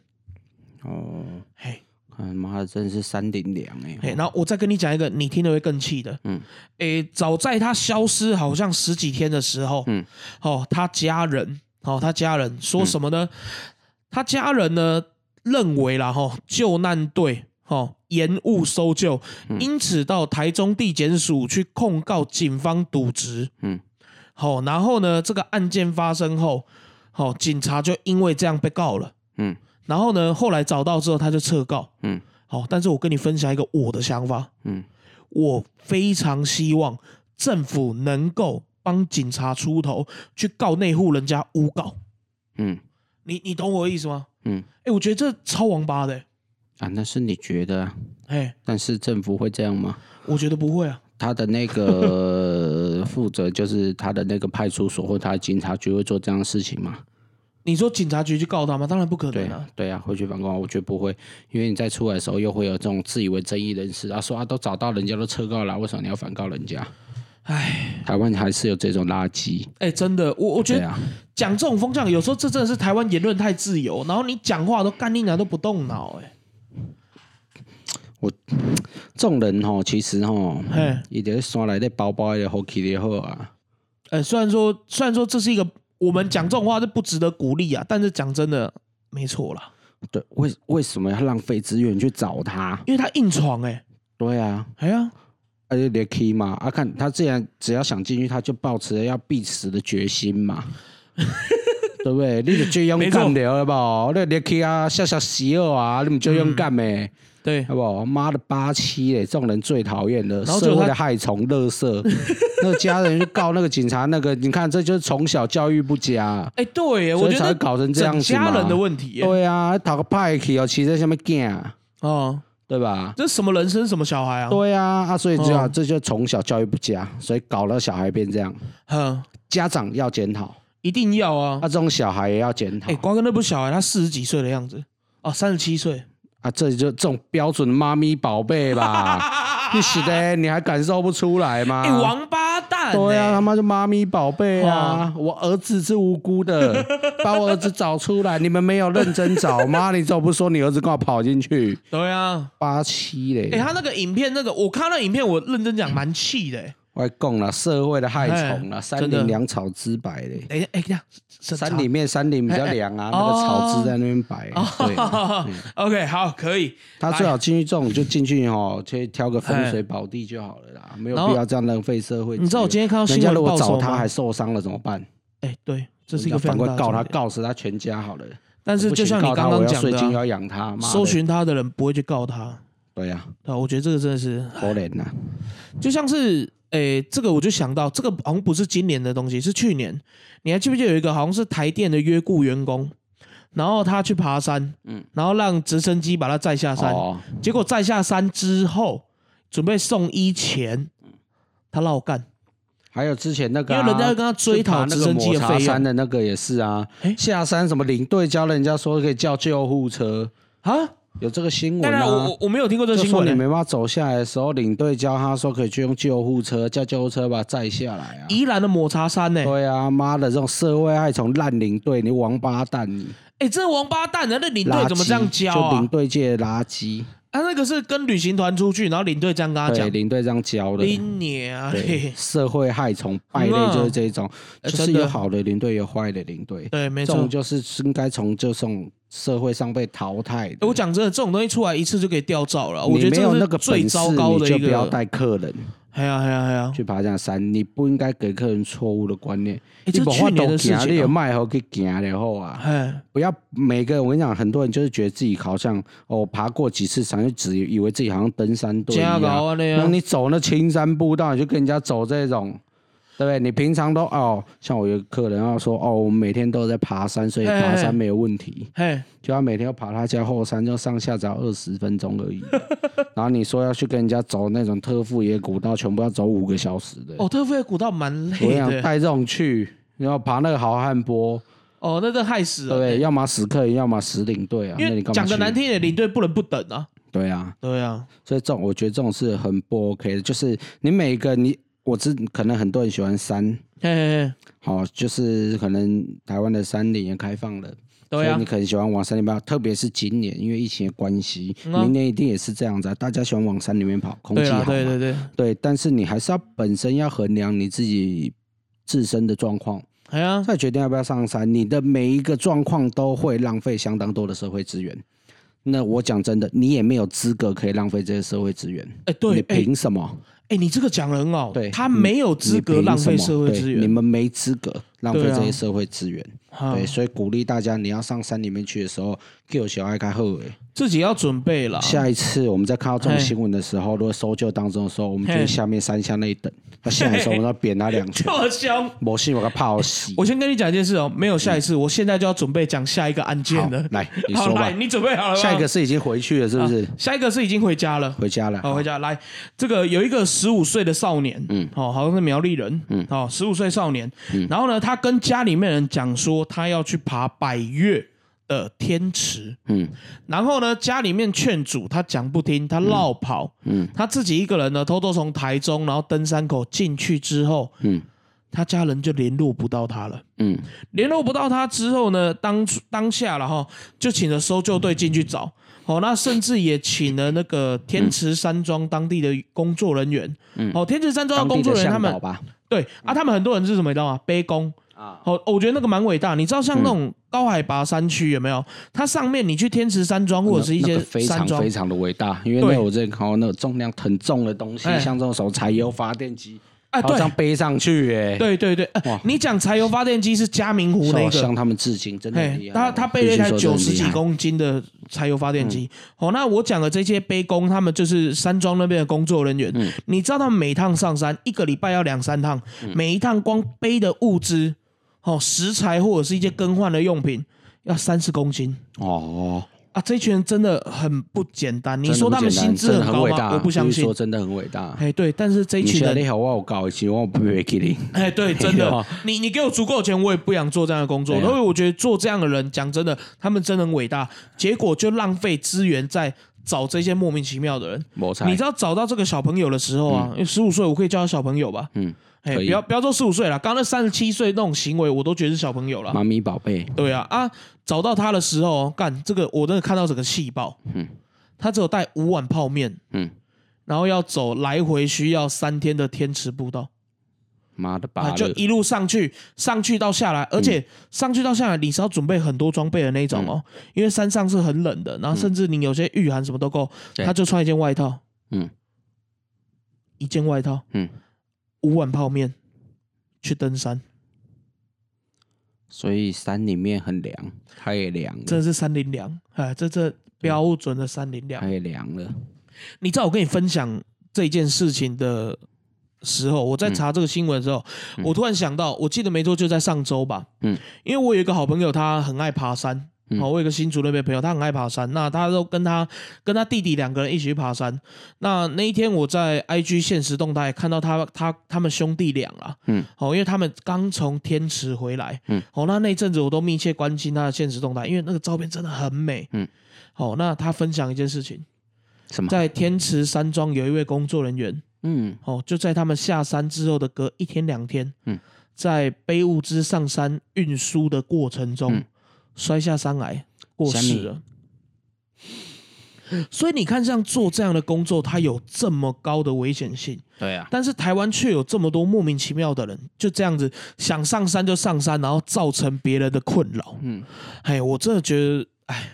Speaker 1: 哦，
Speaker 2: 嘿
Speaker 1: 看妈的，真是山顶凉哎、
Speaker 2: 嘿，然后我再跟你讲一个，你听了会更气的，
Speaker 1: 嗯
Speaker 2: 诶，早在他消失好像十几天的时候，
Speaker 1: 嗯
Speaker 2: 嗯，哦，他家人，哦，他家人说什么呢？
Speaker 1: 嗯
Speaker 2: 他家人呢认为啦，哦，救难队哦延误搜救，
Speaker 1: 嗯
Speaker 2: 因此到台中地检署去控告警方渎职。
Speaker 1: 嗯
Speaker 2: 好、然后呢，这个案件发生后，好、警察就因为这样被告了。
Speaker 1: 嗯
Speaker 2: 然后呢，后来找到之后，他就撤告。
Speaker 1: 嗯
Speaker 2: 好、但是我跟你分享一个我的想法，
Speaker 1: 嗯
Speaker 2: 我非常希望政府能够帮警察出头去告那户人家诬告。
Speaker 1: 嗯
Speaker 2: 你你懂我的意思吗？
Speaker 1: 嗯
Speaker 2: 哎、我觉得这超王八的、欸
Speaker 1: 啊，那是你觉得啊，
Speaker 2: 哎、
Speaker 1: 但是政府会这样吗？
Speaker 2: 我觉得不会啊。
Speaker 1: 他的那 (laughs) 个负责就是他的那个派出所或他的警察局会做这样的事情吗？
Speaker 2: 你说警察局去告他吗？当然不可
Speaker 1: 对
Speaker 2: 能啊
Speaker 1: 啊。，对啊，回去反观，我觉得不会，因为你在出来的时候又会有这种自以为正义人士啊，说啊都找到人家都撤告了，为什么你要反告人 (laughs) 家？
Speaker 2: 哎
Speaker 1: 台湾还是有这种垃圾，
Speaker 2: 哎、真的，我我觉
Speaker 1: 对
Speaker 2: 得
Speaker 1: 啊，
Speaker 2: 讲这种风向，有时候这真的是台湾言论太自由，然后你讲话都干你娘都不动脑、
Speaker 1: 这种人吼，其实 (laughs) 吼，
Speaker 2: 哎嘿。
Speaker 1: 伊在山内底包包的好起的好啊，
Speaker 2: 呃，虽然说虽然说这是一个我们讲这种话是不值得鼓励啊，但是讲真的没错啦，
Speaker 1: 对，为为什么要浪费资源去找他？
Speaker 2: 因为他硬闯哎、欸，
Speaker 1: 对啊，
Speaker 2: 哎呀，
Speaker 1: 而且连 key 嘛，啊看他既然只要想进去，他就抱持了要必死的决心嘛，对不对？你就最勇敢的好不好？那连 key 啊，下下邪恶啊，你们最勇敢的，
Speaker 2: 对，
Speaker 1: 好不好？妈的八七嘞，这种人最讨厌的，
Speaker 2: 然后结果
Speaker 1: 社
Speaker 2: 他
Speaker 1: 会的害虫、垃圾。那个家人就告那个警察，那个你 (laughs) 看，这就是从小教育不佳、
Speaker 2: 哎、对欸，
Speaker 1: 所
Speaker 2: 我
Speaker 1: 以
Speaker 2: 觉
Speaker 1: 才会
Speaker 2: 得
Speaker 1: 搞成这样
Speaker 2: 整
Speaker 1: 子嘛
Speaker 2: 家人的问题、欸，
Speaker 1: 对啊，讨个派去哦，骑在下面干，
Speaker 2: 哦，
Speaker 1: 对吧？
Speaker 2: 这什么人生什么小孩啊，
Speaker 1: 对啊，啊，所以这样、
Speaker 2: 哦
Speaker 1: 这就从小教育不佳，所以搞了小孩变这样。
Speaker 2: 哼，
Speaker 1: 家长要检讨，
Speaker 2: 一定要啊
Speaker 1: 啊，，这种小孩也要检讨、
Speaker 2: 哎、光哥那不是小孩，他四十几岁的样子，哦，三十七 (laughs) 岁，
Speaker 1: 啊，这就这种标准的妈咪宝贝
Speaker 2: (laughs)
Speaker 1: 吧，你是的，你还感受不出来吗？
Speaker 2: 哎、王八蛋、欸，
Speaker 1: 对啊，他妈就妈咪宝贝啊！我儿子是无辜
Speaker 2: (laughs)
Speaker 1: 的，把我儿子找出来，你们没有认真找，妈，你怎么不说你儿子跟我跑进去？
Speaker 2: 对啊，
Speaker 1: 八七嘞，
Speaker 2: 哎、他那个影片那个，我看那影片，我认真讲蛮气的、欸，
Speaker 1: 我还讲了社会的害虫了，
Speaker 2: 哎
Speaker 1: 山
Speaker 2: 真的
Speaker 1: 林粮草之百嘞。
Speaker 2: 等一下，哎、等一下审查
Speaker 1: 山
Speaker 2: (laughs)
Speaker 1: 里面山林比较凉啊，
Speaker 2: 哎哎
Speaker 1: 那个草
Speaker 2: 哦
Speaker 1: 枝在那边摆。啊对，
Speaker 2: OK，好，可以。
Speaker 1: 他最好进去这种就进去哦，去挑个风水宝地就好了啦，没有
Speaker 2: 然后
Speaker 1: 必要这样浪费社会资源。
Speaker 2: 哎你知道我今天看到新
Speaker 1: 人家
Speaker 2: 闻
Speaker 1: 如
Speaker 2: 报
Speaker 1: 果
Speaker 2: 什
Speaker 1: 找
Speaker 2: 么
Speaker 1: 他
Speaker 2: 吗
Speaker 1: 还？受伤了怎么办？
Speaker 2: 哎，对，这是一个非
Speaker 1: 反
Speaker 2: 常
Speaker 1: 过
Speaker 2: 大
Speaker 1: 来
Speaker 2: 的
Speaker 1: 告他，
Speaker 2: 重点。
Speaker 1: 告死他全家好了。
Speaker 2: 但是
Speaker 1: 不
Speaker 2: 就
Speaker 1: 行
Speaker 2: 像你
Speaker 1: 告他
Speaker 2: 刚
Speaker 1: 我
Speaker 2: 刚
Speaker 1: 要
Speaker 2: 讲
Speaker 1: 税金
Speaker 2: 的啊，
Speaker 1: 要养他，妈的
Speaker 2: 搜寻他的人不会去告他。
Speaker 1: 对呀，
Speaker 2: 啊，我觉得这个真的是，
Speaker 1: 可怜呐。
Speaker 2: 就像是，哎，这个我就想到，这个好像不是今年的东西，是去年。你还记不记得有一个好像是台电的约雇员工，然后他去爬山，
Speaker 1: 嗯
Speaker 2: 嗯，然后让直升机把他载下山，
Speaker 1: 哦，
Speaker 2: 结果载下山之后，准备送医前，他落干，
Speaker 1: 还有之前那个
Speaker 2: 因
Speaker 1: 啊，
Speaker 2: 为人家要跟他追
Speaker 1: 去爬
Speaker 2: 讨
Speaker 1: 那
Speaker 2: 直
Speaker 1: 个
Speaker 2: 升机
Speaker 1: 抹
Speaker 2: 的
Speaker 1: 茶
Speaker 2: 费
Speaker 1: 山
Speaker 2: 用
Speaker 1: 的那个也是啊
Speaker 2: 哎，
Speaker 1: 下山什么领队教人家说可以叫救护车，
Speaker 2: 啊。
Speaker 1: 有这个新
Speaker 2: 当
Speaker 1: 闻
Speaker 2: 然，我
Speaker 1: 啊
Speaker 2: 我。我没有听过这
Speaker 1: 就
Speaker 2: 新
Speaker 1: 说
Speaker 2: 闻、
Speaker 1: 你
Speaker 2: 欸。
Speaker 1: 没办法走下来的时候，领队教他说可以去用救护车，叫救护车把他载下来啊。
Speaker 2: 宜兰的抹茶山呢、欸？
Speaker 1: (laughs)
Speaker 2: 哎、
Speaker 1: 对啊，妈的，这种社会爱从烂领队，你王八蛋，你
Speaker 2: 哎这王八蛋啊！那领
Speaker 1: 垃
Speaker 2: 队
Speaker 1: 圾
Speaker 2: 怎么这样教
Speaker 1: 就领
Speaker 2: 啊？
Speaker 1: 队界的垃圾，
Speaker 2: 他、那个是跟旅行团出去，然后领队这样跟他
Speaker 1: 对，
Speaker 2: 讲
Speaker 1: 领队这样教：“的。
Speaker 2: 你啊娘 (laughs)
Speaker 1: 对
Speaker 2: 嘞，！”
Speaker 1: 社会害虫败类就是这种，就
Speaker 2: 哎
Speaker 1: 是
Speaker 2: 真的
Speaker 1: 有好的领队，有坏的领队，
Speaker 2: 对，没
Speaker 1: 这
Speaker 2: 错
Speaker 1: 种。就是应该从这种社会上被淘汰
Speaker 2: 哎
Speaker 1: 的。
Speaker 2: 我讲真的，这种东西出来一次就可以掉照了。我
Speaker 1: 你
Speaker 2: 觉得
Speaker 1: 没有
Speaker 2: 这
Speaker 1: 那
Speaker 2: 是
Speaker 1: 个
Speaker 2: 最
Speaker 1: 本事，
Speaker 2: 糟糕
Speaker 1: 你
Speaker 2: 的
Speaker 1: 就
Speaker 2: 一
Speaker 1: 不要
Speaker 2: 个。
Speaker 1: 带客人
Speaker 2: 哎呀，哎呀，哎呀！
Speaker 1: 去爬这样山，你不应该给客人错误的观念。
Speaker 2: 哎，这
Speaker 1: 你
Speaker 2: 去年的事
Speaker 1: 行，你
Speaker 2: 情
Speaker 1: 有
Speaker 2: 啊、
Speaker 1: 卖好去行了后啊，
Speaker 2: 哎，
Speaker 1: 不要每个人。我跟你讲，很多人就是觉得自己好像哦，爬过几次山，就只以为自己好像登山队一
Speaker 2: 加
Speaker 1: 样。
Speaker 2: 搞啊那
Speaker 1: 那
Speaker 2: 样。
Speaker 1: 你走那青山步道，你就跟人家走这种，对不对？你平常都哦，像我有个客人要说哦，我们每天都在爬山，所以
Speaker 2: (laughs) 嘿嘿
Speaker 1: 爬
Speaker 2: 嘿
Speaker 1: 山没有问题。
Speaker 2: 嘿，
Speaker 1: 就他每天要爬他家后山，就上下只要二十分钟
Speaker 2: (laughs)
Speaker 1: 而已。然后你说要去跟人家走那种特富野古道，全部要走五个小时的。
Speaker 2: 哦，特富野古道蛮
Speaker 1: 我
Speaker 2: 累
Speaker 1: 想
Speaker 2: 的。
Speaker 1: 带这种去，然后爬那个好汉坡，
Speaker 2: 哦，那这害死
Speaker 1: 对
Speaker 2: 了。
Speaker 1: 不对？要么死客人，要么死领队啊。那
Speaker 2: 因为
Speaker 1: 你干嘛
Speaker 2: 讲
Speaker 1: 去
Speaker 2: 的难听一点，领队不能不等啊。
Speaker 1: 对啊，
Speaker 2: 对啊，
Speaker 1: 所以这种我觉得这种是很不 OK 的，就是你每个你。我知可能很多人喜欢山，
Speaker 2: 嘿嘿嘿，
Speaker 1: 好、就是可能台湾的山林也开放了，
Speaker 2: 对
Speaker 1: 所以
Speaker 2: 啊
Speaker 1: 你，可能喜欢往山里面跑，特别是今年因为疫情的关系，
Speaker 2: 嗯啊
Speaker 1: 明年一定也是这样子、啊，大家喜欢往山里面跑，空
Speaker 2: 对
Speaker 1: 气好
Speaker 2: 啊，
Speaker 1: 嘛
Speaker 2: 对对对，
Speaker 1: 对但是你还是要本身要衡量你自己自身的状况，
Speaker 2: 哎呀，
Speaker 1: 再决定要不要上山。你的每一个状况都会浪费相当多的社会资源。那我讲真的，你也没有资格可以浪费这些社会资源，
Speaker 2: 哎对
Speaker 1: 你
Speaker 2: 哎
Speaker 1: 凭什么？
Speaker 2: 哎、哎，你这个讲得很好，
Speaker 1: 对
Speaker 2: 他没有资格浪费社会资
Speaker 1: 对你
Speaker 2: 源，
Speaker 1: 们没资格浪费
Speaker 2: 对啊
Speaker 1: 这些社会资源。
Speaker 2: 啊
Speaker 1: 对，所以鼓励大家，你要上山里面去的时候，给我小爱开后尾。
Speaker 2: 自己要准备了。
Speaker 1: 下一次我们在看到这种
Speaker 2: 啊嘿
Speaker 1: 新闻的时候，如果搜救当中的时候，我们就
Speaker 2: 嘿
Speaker 1: 去下面山下那一等。那下来的时候，我们要扁他两拳。
Speaker 2: 这么凶，
Speaker 1: 我信我个怕我死。
Speaker 2: 我先跟你讲一件事哦，没有下一次，我现在就要准备讲下一个案件
Speaker 1: 好
Speaker 2: 了。
Speaker 1: 来你
Speaker 2: (laughs) 好
Speaker 1: 说
Speaker 2: 来，
Speaker 1: 吧。
Speaker 2: 你准啊备好了吗？
Speaker 1: 下一个是已经回去了，是不是？
Speaker 2: 下一个是已经回家了。
Speaker 1: 回家了。哦
Speaker 2: 好，哦回家来，这个有一个十五岁的少年，嗯，哦，好像是苗栗人，嗯，哦，十五岁少年，
Speaker 1: 嗯
Speaker 2: 然后呢，他跟家里面人讲说，他要去爬百越的天池，
Speaker 1: 嗯
Speaker 2: 然后呢，家里面劝阻他讲不听，他绕跑，
Speaker 1: 嗯
Speaker 2: 他自己一个人呢，偷偷从台中，然后登山口进去之后，
Speaker 1: 嗯
Speaker 2: 他家人就联络不到他了。
Speaker 1: 嗯
Speaker 2: 联络不到他之后呢，当初当下了哈，就请了搜救队进去找。哦，那甚至也请了那个天池山庄当地的工作人员。
Speaker 1: 嗯
Speaker 2: 哦，天池山庄
Speaker 1: 当地
Speaker 2: 的工作
Speaker 1: 的
Speaker 2: 人员他
Speaker 1: 向
Speaker 2: 们
Speaker 1: 导吧。嗯
Speaker 2: 对啊，他们很多人是什么，你知道吗？背弓。
Speaker 1: 啊，嗯
Speaker 2: 哦，我觉得那个蛮伟大。你知道像那种高海拔山区有没有？它上面你去天池山庄或者是一
Speaker 1: 那
Speaker 2: 些
Speaker 1: 个非
Speaker 2: 山
Speaker 1: 常
Speaker 2: 庄
Speaker 1: 非，常的伟大，因为
Speaker 2: 对
Speaker 1: 那我之前看到那个重量很重的东西
Speaker 2: 哎，
Speaker 1: 像这种什么柴油发电机，
Speaker 2: 哎，
Speaker 1: 好像
Speaker 2: 对
Speaker 1: 背上去，哎，
Speaker 2: 对对对，呃
Speaker 1: 哇
Speaker 2: 你讲柴油发电机是嘉明湖那
Speaker 1: 向
Speaker 2: 个，
Speaker 1: 向他们致敬，真的很
Speaker 2: 嘿
Speaker 1: 厉，害。
Speaker 2: 他他背了一台
Speaker 1: 必须说真
Speaker 2: 九
Speaker 1: 的
Speaker 2: 十
Speaker 1: 很厉
Speaker 2: 几
Speaker 1: 害，嗯
Speaker 2: 公斤的柴油发电机。哦，那我讲的这些背工，他们就是山庄那边的工作人员。
Speaker 1: 嗯
Speaker 2: 你知道他们每趟上山，一个礼拜要两三趟，每一趟光背的物资，哦，食材或者是一些更换的用品，要三十公斤。
Speaker 1: 哦，
Speaker 2: 啊，这群人真的很不简单。你
Speaker 1: 真的
Speaker 2: 说
Speaker 1: 不
Speaker 2: 他们
Speaker 1: 简
Speaker 2: 薪
Speaker 1: 单
Speaker 2: 资
Speaker 1: 真
Speaker 2: 很
Speaker 1: 的很
Speaker 2: 高
Speaker 1: 伟
Speaker 2: 吗？
Speaker 1: 大
Speaker 2: 我不相
Speaker 1: 必须
Speaker 2: 信
Speaker 1: 说。真的很伟大。
Speaker 2: 哎，对，但是这一
Speaker 1: 你
Speaker 2: 群
Speaker 1: 现在
Speaker 2: 人，
Speaker 1: 你好，我有搞一起，我不会给你。
Speaker 2: 哎，对，真
Speaker 1: (laughs) 哎
Speaker 2: 的
Speaker 1: 呦，
Speaker 2: 你你给我足够的钱，我也不想做这样的工作，
Speaker 1: 哎
Speaker 2: 因
Speaker 1: 呀
Speaker 2: 为我觉得做这样的人，讲真的，他们真的很伟大，结果就浪费资源在找这些莫名其妙的人。
Speaker 1: 没
Speaker 2: 你
Speaker 1: 猜
Speaker 2: 知，道找到这个小朋友的时候啊，十五岁我可以叫他小朋友吧？
Speaker 1: 嗯，
Speaker 2: 哎，
Speaker 1: 可
Speaker 2: 不
Speaker 1: 以
Speaker 2: 要不要说十五岁了，刚刚那三十七岁那种行为，我都觉得是小朋友了。
Speaker 1: 妈咪宝贝，
Speaker 2: 对啊啊！找到他的时候，哦干这个我真的看到整个气爆。
Speaker 1: 嗯
Speaker 2: 他只有带五碗泡面，
Speaker 1: 嗯，
Speaker 2: 然后要走来回需要三天的天池步道。
Speaker 1: 妈的嗯
Speaker 2: 啊，
Speaker 1: 巴
Speaker 2: 就
Speaker 1: 勒，
Speaker 2: 一路上去，上去到下来，而且上去到下来，你是要准备很多装备的那种哦，
Speaker 1: 嗯
Speaker 2: 因为山上是很冷的，然后甚至你有些御寒什么都够，
Speaker 1: 对
Speaker 2: 他就穿一件外套，
Speaker 1: 嗯
Speaker 2: 一件外套，
Speaker 1: 嗯，
Speaker 2: 五碗泡面，去登山，
Speaker 1: 所以山里面很凉，它也凉了，
Speaker 2: 真的是山林凉，哎，这这标准的山林凉
Speaker 1: 它。也凉了。
Speaker 2: 你知道我跟你分享这件事情的时候，我在
Speaker 1: 嗯
Speaker 2: 查这个新闻的时候，我突然想到，我记得没错，就在上周吧。
Speaker 1: 嗯，
Speaker 2: 因为我有一个好朋友，他很爱爬山。哦
Speaker 1: 嗯
Speaker 2: 好、我有一个新竹那边朋友，他很爱爬山。那他都跟他跟他弟弟两个人一起去爬山。那那一天我在 IG 现实动态看到他他他们兄弟俩啦，
Speaker 1: 嗯，
Speaker 2: 好、因为他们刚从天池回来，
Speaker 1: 嗯，
Speaker 2: 好、那那一阵子我都密切关心他的现实动态，因为那个照片真的很美，
Speaker 1: 嗯，
Speaker 2: 好、那他分享一件事情，
Speaker 1: 什么？
Speaker 2: 在天池山庄有一位工作人员，
Speaker 1: 嗯
Speaker 2: 哦，就在他们下山之后的隔一天两天，
Speaker 1: 嗯，
Speaker 2: 在背物资上山运输的过程中、
Speaker 1: 嗯
Speaker 2: 摔下山来过世了。所以你看，像做这样的工作，它有这么高的危险性，
Speaker 1: 对啊，
Speaker 2: 但是台湾却有这么多莫名其妙的人，就这样子想上山就上山，然后造成别人的困扰。
Speaker 1: 嗯，
Speaker 2: 哎，我真的觉得，哎，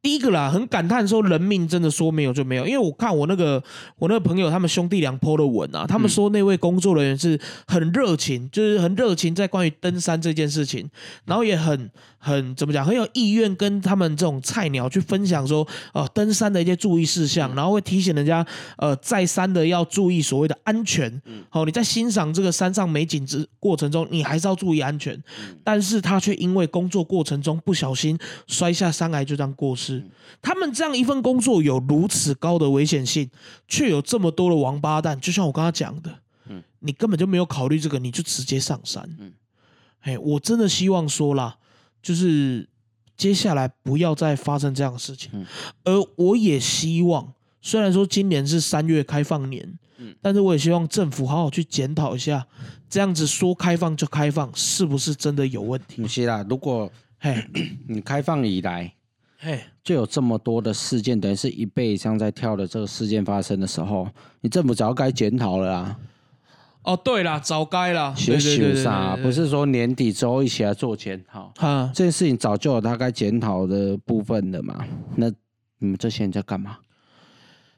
Speaker 2: 第一个啦，很感叹说人命真的说没有就没有，因为我看我那个我那个朋友他们兄弟俩 PO 的文啊，他们说那位工作人员是很热情，就是很热情在关于登山这件事情，然后也很很怎么讲，很有意愿跟他们这种菜鸟去分享说，呃，登山的一些注意事项，然后会提醒人家，呃，在山的要注意所谓的安全。好、你在欣赏这个山上美景之过程中，你还是要注意安全。但是他却因为工作过程中不小心摔下山来，就这样过世。他们这样一份工作有如此高的危险性，却有这么多的王八蛋，就像我刚刚讲的，
Speaker 1: 嗯
Speaker 2: 你根本就没有考虑这个，你就直接上山。
Speaker 1: 嗯
Speaker 2: 哎，我真的希望说啦，就是接下来不要再发生这样的事情。
Speaker 1: 嗯
Speaker 2: 而我也希望，虽然说今年是三月开放年，
Speaker 1: 嗯
Speaker 2: 但是我也希望政府好好去检讨一下，这样子说开放就开放，是不是真的有问题？
Speaker 1: 不是啦，啊如果 (coughs)
Speaker 2: 嘿，
Speaker 1: 你开放以来
Speaker 2: 嘿，
Speaker 1: 就有这么多的事件，等于是一倍以上在跳的这个事件发生的时候，你政府早该检讨了啦，
Speaker 2: 哦，对啦，早该啦，
Speaker 1: 学
Speaker 2: 对对
Speaker 1: 习
Speaker 2: 对
Speaker 1: 啥？
Speaker 2: 对对
Speaker 1: 不是说年底之后一起来做检讨，
Speaker 2: 哈，
Speaker 1: 这件事情早就有大概检讨的部分了嘛？那你们这些人在干嘛？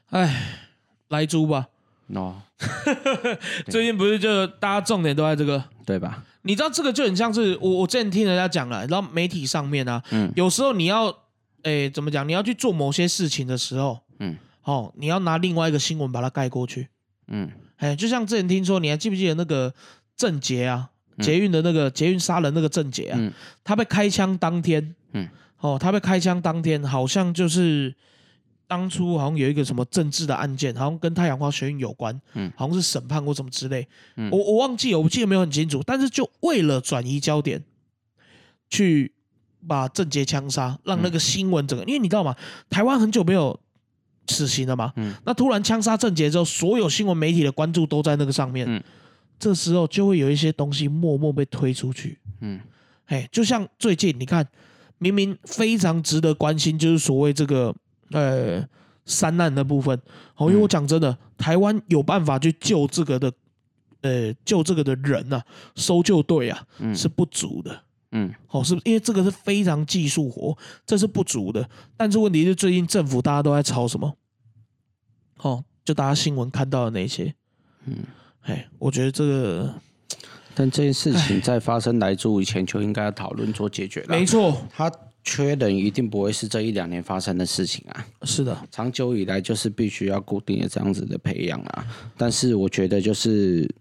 Speaker 2: 哎，来猪吧，
Speaker 1: 哦，
Speaker 2: 最近不是就大家重点都在这个，
Speaker 1: 对吧？
Speaker 2: 你知道这个就很像是我我之前听人家讲了，然后媒体上面啊，
Speaker 1: 嗯
Speaker 2: 有时候你要，诶、怎么讲？你要去做某些事情的时候，
Speaker 1: 嗯
Speaker 2: 哦，你要拿另外一个新闻把它盖过去。
Speaker 1: 嗯，
Speaker 2: 哎，就像之前听说，你还记不记得那个郑捷啊，捷运的那个捷运杀人那个郑捷啊，
Speaker 1: 嗯
Speaker 2: 他被开枪当天，
Speaker 1: 嗯
Speaker 2: 哦，他被开枪当天，好像就是当初好像有一个什么政治的案件，好像跟太阳花学运有关，
Speaker 1: 嗯
Speaker 2: 好像是审判或什么之类，
Speaker 1: 嗯
Speaker 2: 我我忘记了，我记得没有很清楚，但是就为了转移焦点，去把郑捷枪杀，让那
Speaker 1: 嗯
Speaker 2: 个新闻整个，因为你知道吗？台湾很久没有死刑了嘛，
Speaker 1: 嗯
Speaker 2: 那突然枪杀郑捷之后，所有新闻媒体的关注都在那个上面，
Speaker 1: 嗯
Speaker 2: 这时候就会有一些东西默默被推出去，
Speaker 1: 嗯，
Speaker 2: 哎，就像最近你看，明明非常值得关心，就是所谓这个呃三难的部分，哦，
Speaker 1: 嗯
Speaker 2: 因为我讲真的，台湾有办法去救这个的，呃，救这个的人呐、啊，搜救队啊
Speaker 1: 嗯
Speaker 2: 是不足的。
Speaker 1: 嗯
Speaker 2: 哦，是因为这个是非常技术活，这是不足的。但是问题是，最近政府大家都在吵什么？哦，就大家新闻看到的那些，
Speaker 1: 嗯，
Speaker 2: 哎，我觉得这个
Speaker 1: 但这件事情在发生来住以前就应该要讨论做解决了。
Speaker 2: 没错，
Speaker 1: 他缺人一定不会是这一两年发生的事情啊，
Speaker 2: 是的，
Speaker 1: 长久以来就是必须要固定的这样子的培养啊。但是我觉得就是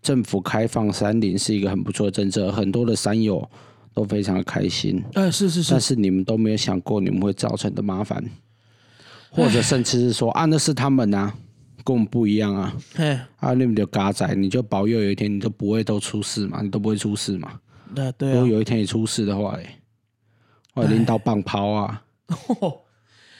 Speaker 1: 政府开放山林是一个很不错的政策，很多的山友都非常的开心，
Speaker 2: 哎，是是是
Speaker 1: 但，是你们都没有想过你们会造成的麻烦，或者甚至是说啊那是他们啊，跟我们不一样啊。
Speaker 2: 哎，
Speaker 1: 啊，你们就嘎仔，你就保佑有一天你都不会都出事嘛，你都不会出事嘛。
Speaker 2: 那对
Speaker 1: 如果
Speaker 2: 啊，
Speaker 1: 有一天你出事的话、欸，我领导棒抛啊，
Speaker 2: 哦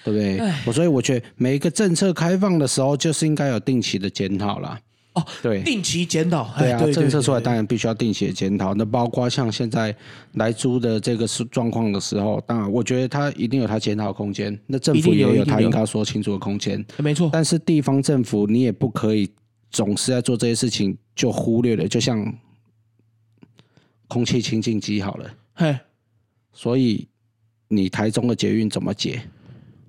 Speaker 1: 对不对？
Speaker 2: 哎
Speaker 1: 我所以我觉得每一个政策开放的时候，就是应该有定期的检讨啦。
Speaker 2: 哦，
Speaker 1: 对。
Speaker 2: 定期检讨，哎
Speaker 1: 对啊，
Speaker 2: 对
Speaker 1: 政策
Speaker 2: 对
Speaker 1: 出来
Speaker 2: 对
Speaker 1: 当然必须要定期的检讨。那包括像现在来租的这个是状况的时候，当然我觉得它一定有它检讨的空间，那政
Speaker 2: 一
Speaker 1: 府
Speaker 2: 定
Speaker 1: 也
Speaker 2: 有一
Speaker 1: 有
Speaker 2: 定
Speaker 1: 它
Speaker 2: 有
Speaker 1: 应该说清楚的空间。
Speaker 2: 哎没错，
Speaker 1: 但是地方政府你也不可以总是在做这些事情就忽略了，就像空气清净机好了，
Speaker 2: 哎，
Speaker 1: 所以你台中的捷运怎么解？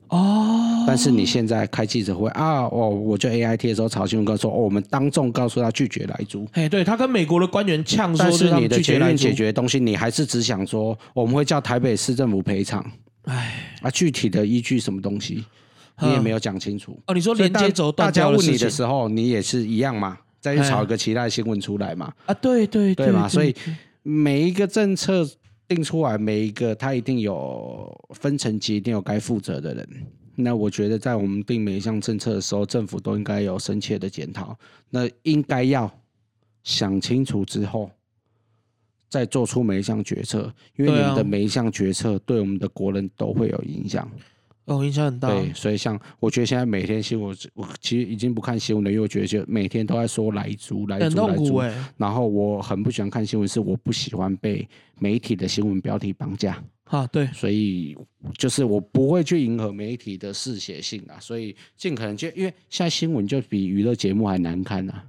Speaker 2: 哦，
Speaker 1: 但是你现在开记者会啊，哦，我就 A I T 的时候，曹新文哥说，哦，我们当众告诉他拒绝来租。
Speaker 2: 哎，对他跟美国的官员呛说，
Speaker 1: 但是
Speaker 2: 让
Speaker 1: 你的
Speaker 2: 拒
Speaker 1: 捷
Speaker 2: 绝来
Speaker 1: 运
Speaker 2: 租
Speaker 1: 解，决的东西，你还是只想说我们会叫台北市政府赔偿
Speaker 2: 哎，
Speaker 1: 啊，具体的依据什么东西，你也没有讲清楚。
Speaker 2: 哦，嗯你说
Speaker 1: 所以
Speaker 2: 连
Speaker 1: 大
Speaker 2: 接轴
Speaker 1: 大
Speaker 2: 断
Speaker 1: 家
Speaker 2: 掉
Speaker 1: 问
Speaker 2: 事
Speaker 1: 你的
Speaker 2: 情嗯
Speaker 1: 时候，你也是一样嘛，再去炒一个其他的新闻出来嘛，
Speaker 2: 啊，对对
Speaker 1: 对啊嘛？所以
Speaker 2: 对
Speaker 1: 每一个政策定出来，每一个它一定有分层级，一定有该负责的人。那我觉得，在我们定每一项政策的时候，政府都应该有深切的检讨。那应该要想清楚之后，再做出每一项决策，因为你
Speaker 2: 对啊
Speaker 1: 们的每一项决策对我们的国人都会有影响。
Speaker 2: 哦，影响很大，
Speaker 1: 对，所以像我觉得现在每天新闻，我我其实已经不看新闻了，因为我觉得就每天都在说来租来
Speaker 2: 很
Speaker 1: 租
Speaker 2: 痛
Speaker 1: 来租
Speaker 2: 苦。哎，
Speaker 1: 然后我很不喜欢看新闻，是我不喜欢被媒体的新闻标题绑架，
Speaker 2: 啊，对，
Speaker 1: 所以就是我不会去迎合媒体的嗜血性啊，所以尽可能就因为现在新闻就比娱乐节目还难看啊，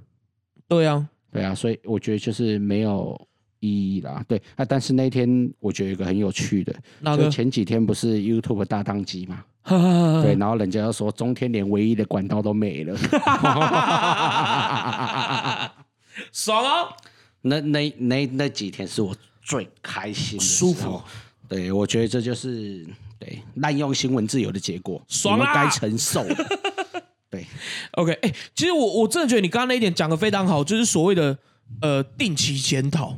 Speaker 2: 对啊，
Speaker 1: 对啊，所以我觉得就是没有意义啦。对，啊，但是那天我觉得有一个很有趣的，
Speaker 2: 那
Speaker 1: 就
Speaker 2: 个，嗯
Speaker 1: 前几天不是 YouTube 大宕机嘛，
Speaker 2: 哈哈哈哈
Speaker 1: 对，然后人家就说中天连唯一的管道都没了， (laughs)
Speaker 2: 爽啊！
Speaker 1: 那那那那几天是我最开心的时候
Speaker 2: 舒服。
Speaker 1: 对，我觉得这就是对滥用新闻自由的结果，
Speaker 2: 爽啊
Speaker 1: 你们
Speaker 2: 啦
Speaker 1: 该承受 (laughs) 的。对，
Speaker 2: OK，哎、其实我我真的觉得你刚刚那一点讲的非常好，就是所谓的呃定期检讨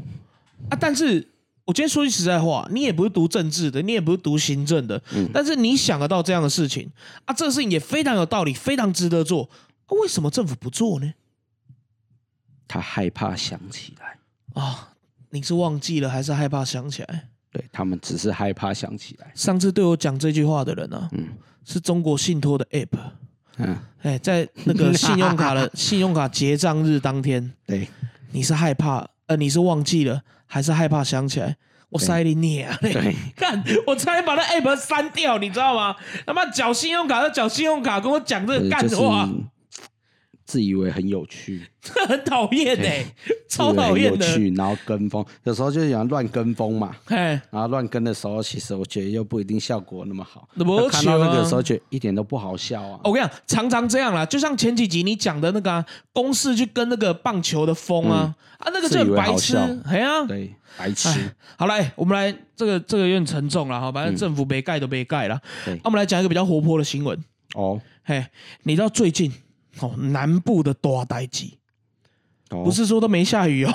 Speaker 2: 啊。但是我今天说句实在话，你也不是读政治的，你也不是读行政的，但是你想得到这样的事情啊，这个事情也非常有道理，非常值得做。啊、为什么政府不做呢？
Speaker 1: 他害怕想起来，
Speaker 2: 啊，你是忘记了还是害怕想起来？
Speaker 1: 对他们只是害怕想起来。
Speaker 2: 上次对我讲这句话的人啊，
Speaker 1: 嗯
Speaker 2: 是中国信托的 App，
Speaker 1: 嗯，
Speaker 2: 哎、在
Speaker 1: (laughs)
Speaker 2: 那个信用卡的信用卡结账日当天。 (laughs)
Speaker 1: 对，
Speaker 2: 你是害怕，呃，你是忘记了，还是害怕想起来？我塞你你啊！
Speaker 1: 对
Speaker 2: 看我差点把
Speaker 1: (laughs)
Speaker 2: 那 app 删掉，你知道吗？他妈缴信用卡要缴信用卡，跟我讲这个
Speaker 1: 呃
Speaker 2: 干
Speaker 1: 就是
Speaker 2: 话，
Speaker 1: 自以为很有趣，
Speaker 2: 这很讨厌哎，
Speaker 1: 自以为
Speaker 2: 超讨
Speaker 1: 很
Speaker 2: 厌
Speaker 1: 有
Speaker 2: 的。
Speaker 1: 趣，然后跟风，有时候就喜欢乱跟风嘛。
Speaker 2: 哎，
Speaker 1: 然后乱跟的时候，其实我觉得又不一定效果那么好。
Speaker 2: 那不
Speaker 1: 看到那
Speaker 2: 行
Speaker 1: 个
Speaker 2: 啊哦
Speaker 1: 时候，觉得一点都不好笑啊。
Speaker 2: 我跟你讲，常常这样啦，就像前几集你讲的那个啊，公式去跟那个棒球的风啊，啊，那个
Speaker 1: 嗯自
Speaker 2: 就
Speaker 1: 以
Speaker 2: 很
Speaker 1: 为
Speaker 2: 白
Speaker 1: 好
Speaker 2: 痴
Speaker 1: 笑，
Speaker 2: 哎呀，
Speaker 1: 对，白痴。
Speaker 2: 哎，好来，我们来这个这个有点沉重了哈，反正政府没盖都没盖了。
Speaker 1: 嗯对
Speaker 2: 那我们来讲一个比较活泼的新闻。
Speaker 1: 哦
Speaker 2: 嘿，你知道最近哦，南部的大呆机，
Speaker 1: 哦，
Speaker 2: 不是说都没下
Speaker 1: (laughs)
Speaker 2: 雨哦，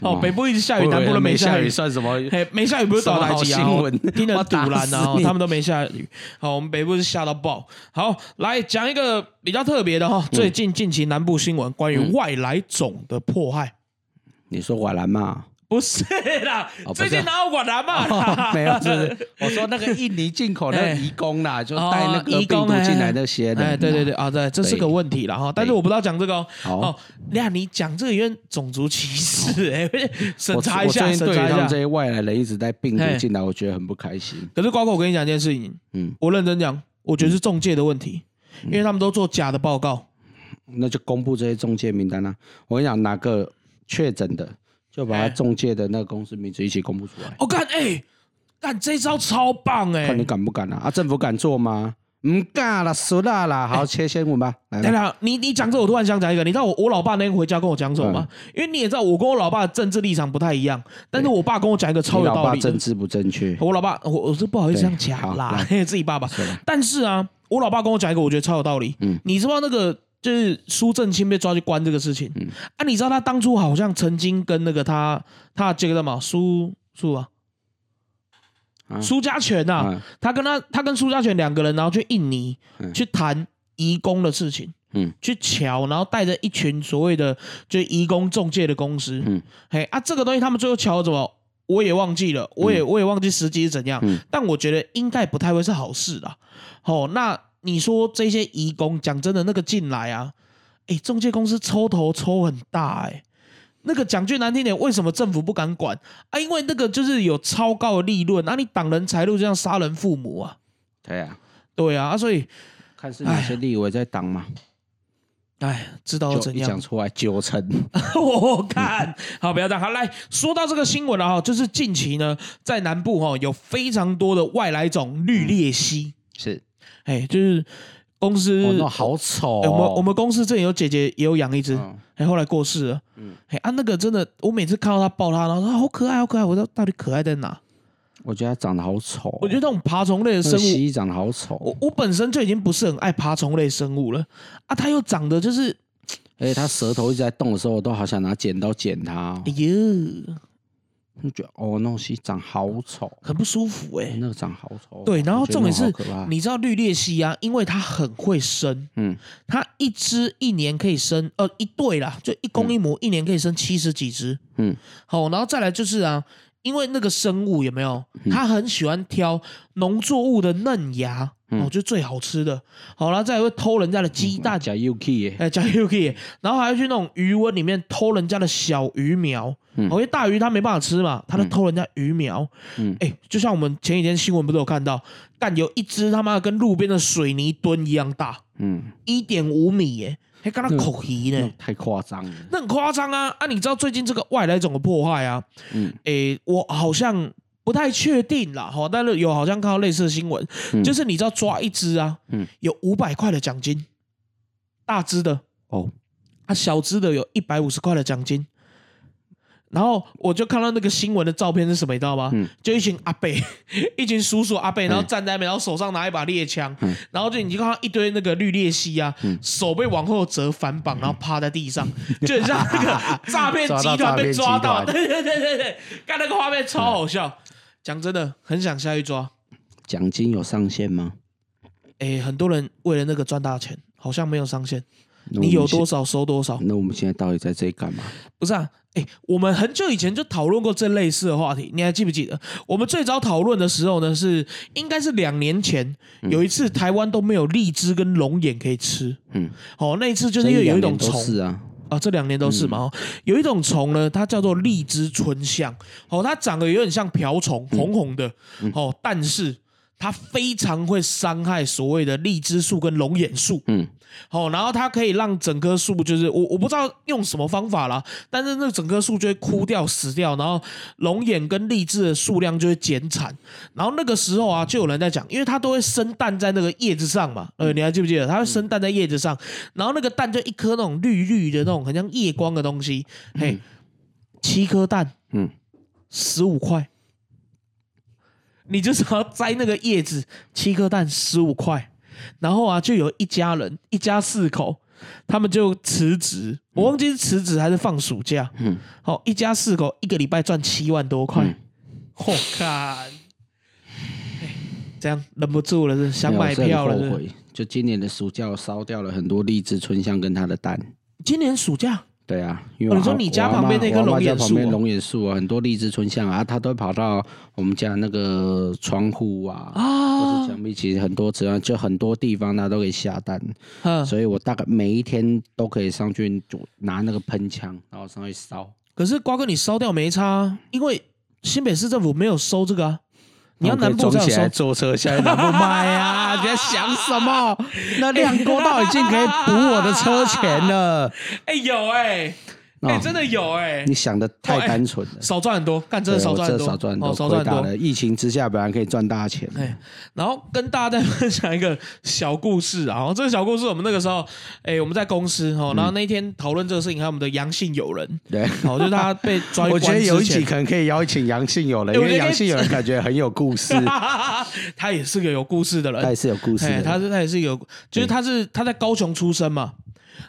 Speaker 2: 哦，
Speaker 1: 哦
Speaker 2: 北部一直下
Speaker 1: 我以
Speaker 2: 雨，
Speaker 1: 为
Speaker 2: 南部都没下
Speaker 1: 下
Speaker 2: 雨。
Speaker 1: 算什么？
Speaker 2: 嘿，没下雨不是大呆机
Speaker 1: 什
Speaker 2: 啊
Speaker 1: 么好新闻
Speaker 2: 哦，听得
Speaker 1: 我
Speaker 2: 很堵
Speaker 1: 打
Speaker 2: 然
Speaker 1: 死
Speaker 2: 啊，哦
Speaker 1: 你
Speaker 2: 他们都没下雨。好，我们北部是下到爆。好，来讲一个比较特别的
Speaker 1: 嗯
Speaker 2: 哈，最近近期南部新闻关于外来种的迫害。
Speaker 1: 你说瓦兰 (laughs) 嘛？
Speaker 2: 不是啦，
Speaker 1: 哦不是
Speaker 2: 最
Speaker 1: 啊哦
Speaker 2: 近哪有管南嘛啦？
Speaker 1: 没有，就是哎哦我说那个印尼进口那个移工啦，就带那个
Speaker 2: 哦移
Speaker 1: 病毒
Speaker 2: 工
Speaker 1: 进来那些的。嗯
Speaker 2: 哎，对对对，啊，对，这是
Speaker 1: 对
Speaker 2: 个问题了哈。但是
Speaker 1: 对
Speaker 2: 我不知道讲这个哦。
Speaker 1: 好
Speaker 2: 哦，呀，你讲这个有点种族歧视，哎，审
Speaker 1: 我
Speaker 2: 查一下，
Speaker 1: 我最近
Speaker 2: 审
Speaker 1: 对于他
Speaker 2: 查
Speaker 1: 们这
Speaker 2: 一下。
Speaker 1: 些外来人一直带病毒
Speaker 2: 嘿
Speaker 1: 进来，我觉得很不开心。
Speaker 2: 可是瓜哥，我跟你讲一件事情，
Speaker 1: 嗯，
Speaker 2: 我认真讲，我觉得是中介的问题，因为他们都做假的报告。
Speaker 1: 那就公布这些中介名单啊！我跟你讲，哪个确诊的，就把
Speaker 2: 哎
Speaker 1: 他中介的那个公司名字一起公布出来。
Speaker 2: 我干，哎，干这招超棒哎
Speaker 1: 看！你敢不敢啊？啊，政府敢做吗？唔敢啦，熟啦啦，好切先闻吧，来
Speaker 2: 对
Speaker 1: 吧。
Speaker 2: 了，你你讲这，我突然想讲一个，你知道我我老爸那天回家跟我讲什么吗？
Speaker 1: 嗯
Speaker 2: 因为你也知道，我跟我老爸的政治立场不太一样，但是我爸跟我讲一个超
Speaker 1: 你
Speaker 2: 有
Speaker 1: 老
Speaker 2: 道
Speaker 1: 爸
Speaker 2: 理的
Speaker 1: 政。治不正确，
Speaker 2: 我老爸，我我是不好意思这样讲
Speaker 1: 对好
Speaker 2: 啦
Speaker 1: 来，
Speaker 2: (laughs) 嘿自己爸爸
Speaker 1: 是吧。
Speaker 2: 但是啊，我老爸跟我讲一个，我觉得超有道理。
Speaker 1: 嗯
Speaker 2: 你知道那个就是苏正清被抓去关这个事情，
Speaker 1: 嗯
Speaker 2: 啊，你知道他当初好像曾经跟那个他他这个叫什么苏苏啊，
Speaker 1: 啊
Speaker 2: 苏家全呐、
Speaker 1: 啊，
Speaker 2: 他跟他他跟苏家全两个人，然后去印尼、
Speaker 1: 嗯
Speaker 2: 去谈移工的事情，
Speaker 1: 嗯，
Speaker 2: 去瞧，然后带着一群所谓的就移工中介的公司，
Speaker 1: 嗯，
Speaker 2: 嘿啊，这个东西他们最后瞧怎么？我也忘记了，我也、我也忘记时机是怎样，
Speaker 1: 嗯
Speaker 2: 但我觉得应该不太会是好事啦。哦，那你说这些移工，讲真的，那个进来啊，哎，中介公司抽头抽很大哎、那个讲句难听点，为什么政府不敢管啊？因为那个就是有超高的利润，啊，你挡人财路就像杀人父母啊，
Speaker 1: 对啊，
Speaker 2: 对啊，啊所以
Speaker 1: 看是哪些立委在挡嘛，
Speaker 2: 哎，知道要
Speaker 1: 就
Speaker 2: 怎
Speaker 1: 一
Speaker 2: 样
Speaker 1: 讲？出来九成，
Speaker 2: (laughs) 我看好，不要这样。好，来说到这个新闻了哈，就是近期呢，在南部哈有非常多的外来种绿
Speaker 1: 嗯
Speaker 2: 鬣蜥，
Speaker 1: 是，
Speaker 2: 哎，就是公司
Speaker 1: 哦，那好丑
Speaker 2: 嗯哎
Speaker 1: 哦，
Speaker 2: 我们我们公司这里有姐姐也有养一只，
Speaker 1: 嗯
Speaker 2: 哎、后来过世了。嗯
Speaker 1: 嗯，
Speaker 2: 哎啊，那个真的，我每次看到它抱它，然后说啊好可爱，好可爱，我说到底可爱在哪？
Speaker 1: 我觉得他长得好丑哦，
Speaker 2: 我觉得这种爬虫类的
Speaker 1: 那
Speaker 2: 生
Speaker 1: 个
Speaker 2: 物，
Speaker 1: 蜥蜴长得好丑，哦
Speaker 2: 我我本身就已经不是很爱爬虫类生物了啊，它又长得就是，
Speaker 1: 而且它哎舌头一直在动的时候，我都好想拿剪刀剪它哦
Speaker 2: 哎，呦，
Speaker 1: 就觉得哦，那种蜥蜴长好丑，哦
Speaker 2: 很不舒服哎、
Speaker 1: 那个长好丑。哦
Speaker 2: 对，
Speaker 1: 我
Speaker 2: 然后
Speaker 1: 觉得
Speaker 2: 重点
Speaker 1: 那
Speaker 2: 是
Speaker 1: 种好可怕，哦
Speaker 2: 你知道绿鬣蜥啊，因为它很会生，
Speaker 1: 嗯，
Speaker 2: 它一只一年可以生，呃，一对啦，就一公一母，一年可以生七十几只。
Speaker 1: 嗯，
Speaker 2: 好，然后再来就是啊，因为那个生物有没有，
Speaker 1: 嗯
Speaker 2: 它很喜欢挑农作物的嫩芽，
Speaker 1: 嗯
Speaker 2: 哦，就最好吃的。好，然后再来会偷人家的鸡蛋，
Speaker 1: 讲 UK 耶，
Speaker 2: 哎，加 UK，然后还要去那种鱼窝里面偷人家的小鱼苗，
Speaker 1: 嗯
Speaker 2: 哦因为大鱼它没办法吃嘛，它就偷人家鱼苗。
Speaker 1: 嗯
Speaker 2: 哎，就像我们前几天新闻不是有看到，干有一只他妈的跟路边的水泥墩一样大，
Speaker 1: 嗯，
Speaker 2: 一点五米耶，还跟它口鱼
Speaker 1: 那
Speaker 2: 呢
Speaker 1: 种，太夸张了。
Speaker 2: 那很夸张啊！啊，你知道最近这个外来种的迫害啊？
Speaker 1: 嗯，
Speaker 2: 哎，我好像不太确定啦，哈，但是有好像看到类似的新闻，
Speaker 1: 嗯
Speaker 2: 就是你知道抓一只啊，
Speaker 1: 嗯
Speaker 2: 有五百块的奖金，大只的。
Speaker 1: 哦，
Speaker 2: 啊，小只的有一百五十块的奖金。然后我就看到那个新闻的照片是什么，你知道吗？
Speaker 1: 嗯
Speaker 2: 就一群阿伯，一群叔叔阿伯，然后站在那边，然后手上拿一把猎枪，
Speaker 1: 嗯
Speaker 2: 然后就你就看到一堆那个绿鬣蜥啊，手被往后折反绑，然后趴在地上，就很像那个诈骗集团被抓到，
Speaker 1: 抓到诈骗集团
Speaker 2: 对对对对对，看那个画面超好笑。讲真的，很想下去抓。
Speaker 1: 奖金有上限吗？
Speaker 2: 哎，很多人为了那个赚大钱，好像没有上限，
Speaker 1: 那
Speaker 2: 你
Speaker 1: 我
Speaker 2: 有
Speaker 1: 们现
Speaker 2: 多？少收多少。
Speaker 1: 那我们现在到底在这里干嘛？
Speaker 2: 不是啊，哎、我们很久以前就讨论过这类似的话题，你还记不记得？我们最早讨论的时候呢，是应该是两年前，有一次台湾都没有荔枝跟龙眼可以吃。
Speaker 1: 嗯，
Speaker 2: 哦，那一次就
Speaker 1: 这
Speaker 2: 是因为有一种
Speaker 1: 两年都
Speaker 2: 虫
Speaker 1: 是啊，
Speaker 2: 啊，这两年都是嘛、哦，有一种虫呢，它叫做荔枝春象，哦，它长得有点像瓢虫，红红的，哦，但是它非常会伤害所谓的荔枝树跟龙眼树。
Speaker 1: 嗯，
Speaker 2: 好，然后它可以让整棵树就是我我不知道用什么方法啦，但是那整棵树就会枯掉、死掉，然后龙眼跟荔枝的数量就会减产。然后那个时候啊，就有人在讲，因为它都会生蛋在那个叶子上嘛，呃，你还记不记得？它会生蛋在叶子上，然后那个蛋就一颗那种绿绿的那种，很像夜光的东西，嘿，七颗蛋，
Speaker 1: 嗯，
Speaker 2: 十五块。你就只要摘那个叶子，七颗蛋十五块，然后啊，就有一家人，一家四口，他们就辞职，我忘记是辞职还是放暑假。嗯，好、一家四口一个礼拜赚七万多块
Speaker 1: 嗯，
Speaker 2: 我、看、哎这样忍不住了是不是，想
Speaker 1: 没有
Speaker 2: 买
Speaker 1: 哎
Speaker 2: 票
Speaker 1: 我是
Speaker 2: 了是
Speaker 1: 很
Speaker 2: 不
Speaker 1: 后
Speaker 2: 是
Speaker 1: 悔，就今年的暑假我烧掉了很多荔枝春香跟它的蛋。
Speaker 2: 今年暑假
Speaker 1: 对啊，因为
Speaker 2: 哦你说
Speaker 1: 我
Speaker 2: 你
Speaker 1: 我
Speaker 2: 家
Speaker 1: 阿妈
Speaker 2: 旁边那
Speaker 1: 我
Speaker 2: 棵
Speaker 1: 阿妈
Speaker 2: 龙
Speaker 1: 家
Speaker 2: 眼
Speaker 1: 旁
Speaker 2: 树
Speaker 1: 边
Speaker 2: 哦
Speaker 1: 龙眼树啊，很多荔枝春香啊，它都会跑到我们家那个窗户啊，或
Speaker 2: 啊
Speaker 1: 是，墙壁，其实很多只要就很多地方它都可以下蛋，
Speaker 2: 嗯，
Speaker 1: 所以我大概每一天都可以上去就拿那个喷枪，然后上去烧。
Speaker 2: 可是瓜哥你烧掉没差、啊，因为新北市政府没有收这个啊，你要
Speaker 1: 然
Speaker 2: 南
Speaker 1: 后可以装
Speaker 2: 部才有
Speaker 1: 起来
Speaker 2: 收。
Speaker 1: 坐车下去南部卖啊！你在想什
Speaker 2: (laughs)
Speaker 1: 么？那亮锅都已经可以补我的车钱了。
Speaker 2: 哎、有哎、哎、
Speaker 1: 哦
Speaker 2: 真的有哎、
Speaker 1: 你想的太单纯了。
Speaker 2: 少赚很多，干真的
Speaker 1: 对
Speaker 2: 少
Speaker 1: 我
Speaker 2: 赚
Speaker 1: 这
Speaker 2: 很多，
Speaker 1: 少赚很多，
Speaker 2: 哦，少赚
Speaker 1: 亏大
Speaker 2: 很多
Speaker 1: 了。。疫情之下本来可以赚大钱，
Speaker 2: 哎，然后跟大家再分享一个小故事啊，哦这个小故事我们那个时候，哎，我们在公司哦，然后那天讨论这个事情，还有我们的阳性友人，
Speaker 1: 嗯对。
Speaker 2: 哦，就是他被抓去
Speaker 1: (laughs) 我觉
Speaker 2: 关
Speaker 1: 得
Speaker 2: 之
Speaker 1: 有一集
Speaker 2: 前，
Speaker 1: 可能可以邀请杨信友人，
Speaker 2: 哎
Speaker 1: 因
Speaker 2: 我觉
Speaker 1: 为
Speaker 2: 得可以
Speaker 1: 杨信友人感觉很有故
Speaker 2: (laughs)
Speaker 1: 事，
Speaker 2: (laughs) 他也是个有故事的人
Speaker 1: 他，也是有故事
Speaker 2: 哎，
Speaker 1: 的。
Speaker 2: 他是他也是一个有，就是他是他在高雄出生嘛，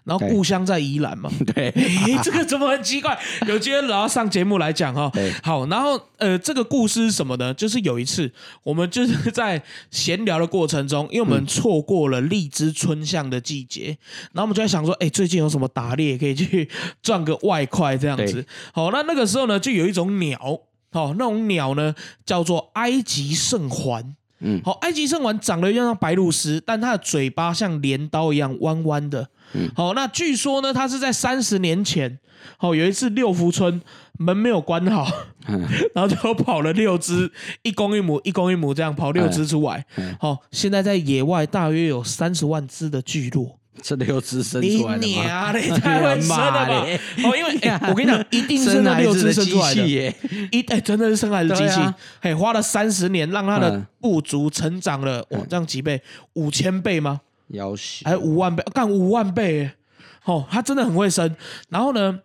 Speaker 2: 然后
Speaker 1: 对
Speaker 2: 故乡在宜兰嘛， (laughs)
Speaker 1: 对，
Speaker 2: 哎，这个怎么很奇怪？有今天然后上节目来讲哈
Speaker 1: 对，
Speaker 2: 好，然后呃，这个故事是什么呢？就是有一次我们就是在闲聊的过程中，因为我
Speaker 1: 嗯
Speaker 2: 们错过了荔枝春象的季节，然后我们就在想说，哎，最近有什么打猎可以去 (laughs) 赚个外快这样子
Speaker 1: 对？
Speaker 2: 好，那那个时候呢，就有一种鸟。哦，那种鸟呢，叫做埃及圣环。
Speaker 1: 嗯
Speaker 2: 好、埃及圣环长得又像白鹭鸶，但它的嘴巴像镰刀一样弯弯的。
Speaker 1: 嗯
Speaker 2: 好、那据说呢，它是在三十年前，好、有一次六福村门没有关好， (laughs)
Speaker 1: 嗯
Speaker 2: 然后就跑了六只，一公一母，一公一母这样跑六只出来
Speaker 1: 嗯。
Speaker 2: 好、现在在野外大约有三十万只的聚落。
Speaker 1: 这六只生
Speaker 2: 你
Speaker 1: 出来的吗？
Speaker 2: 啊娘嘞，太
Speaker 1: (laughs)
Speaker 2: 会生了吧
Speaker 1: 妈嘞！
Speaker 2: 哦，因为、
Speaker 1: (laughs)
Speaker 2: 哎我跟你讲，一定是那
Speaker 1: 孩
Speaker 2: 六
Speaker 1: 子
Speaker 2: 只
Speaker 1: 的
Speaker 2: 生
Speaker 1: 机
Speaker 2: 出来的
Speaker 1: 器。耶！
Speaker 2: 一哎、真的是生孩子机器
Speaker 1: 对啊，
Speaker 2: 哎、花了三十年让他的
Speaker 1: 嗯
Speaker 2: 部族成长了，哇，这样几倍，五千倍吗？
Speaker 1: 要死
Speaker 2: 还！五万倍，哦干、五万倍耶，哦，他真的很会生。然后呢，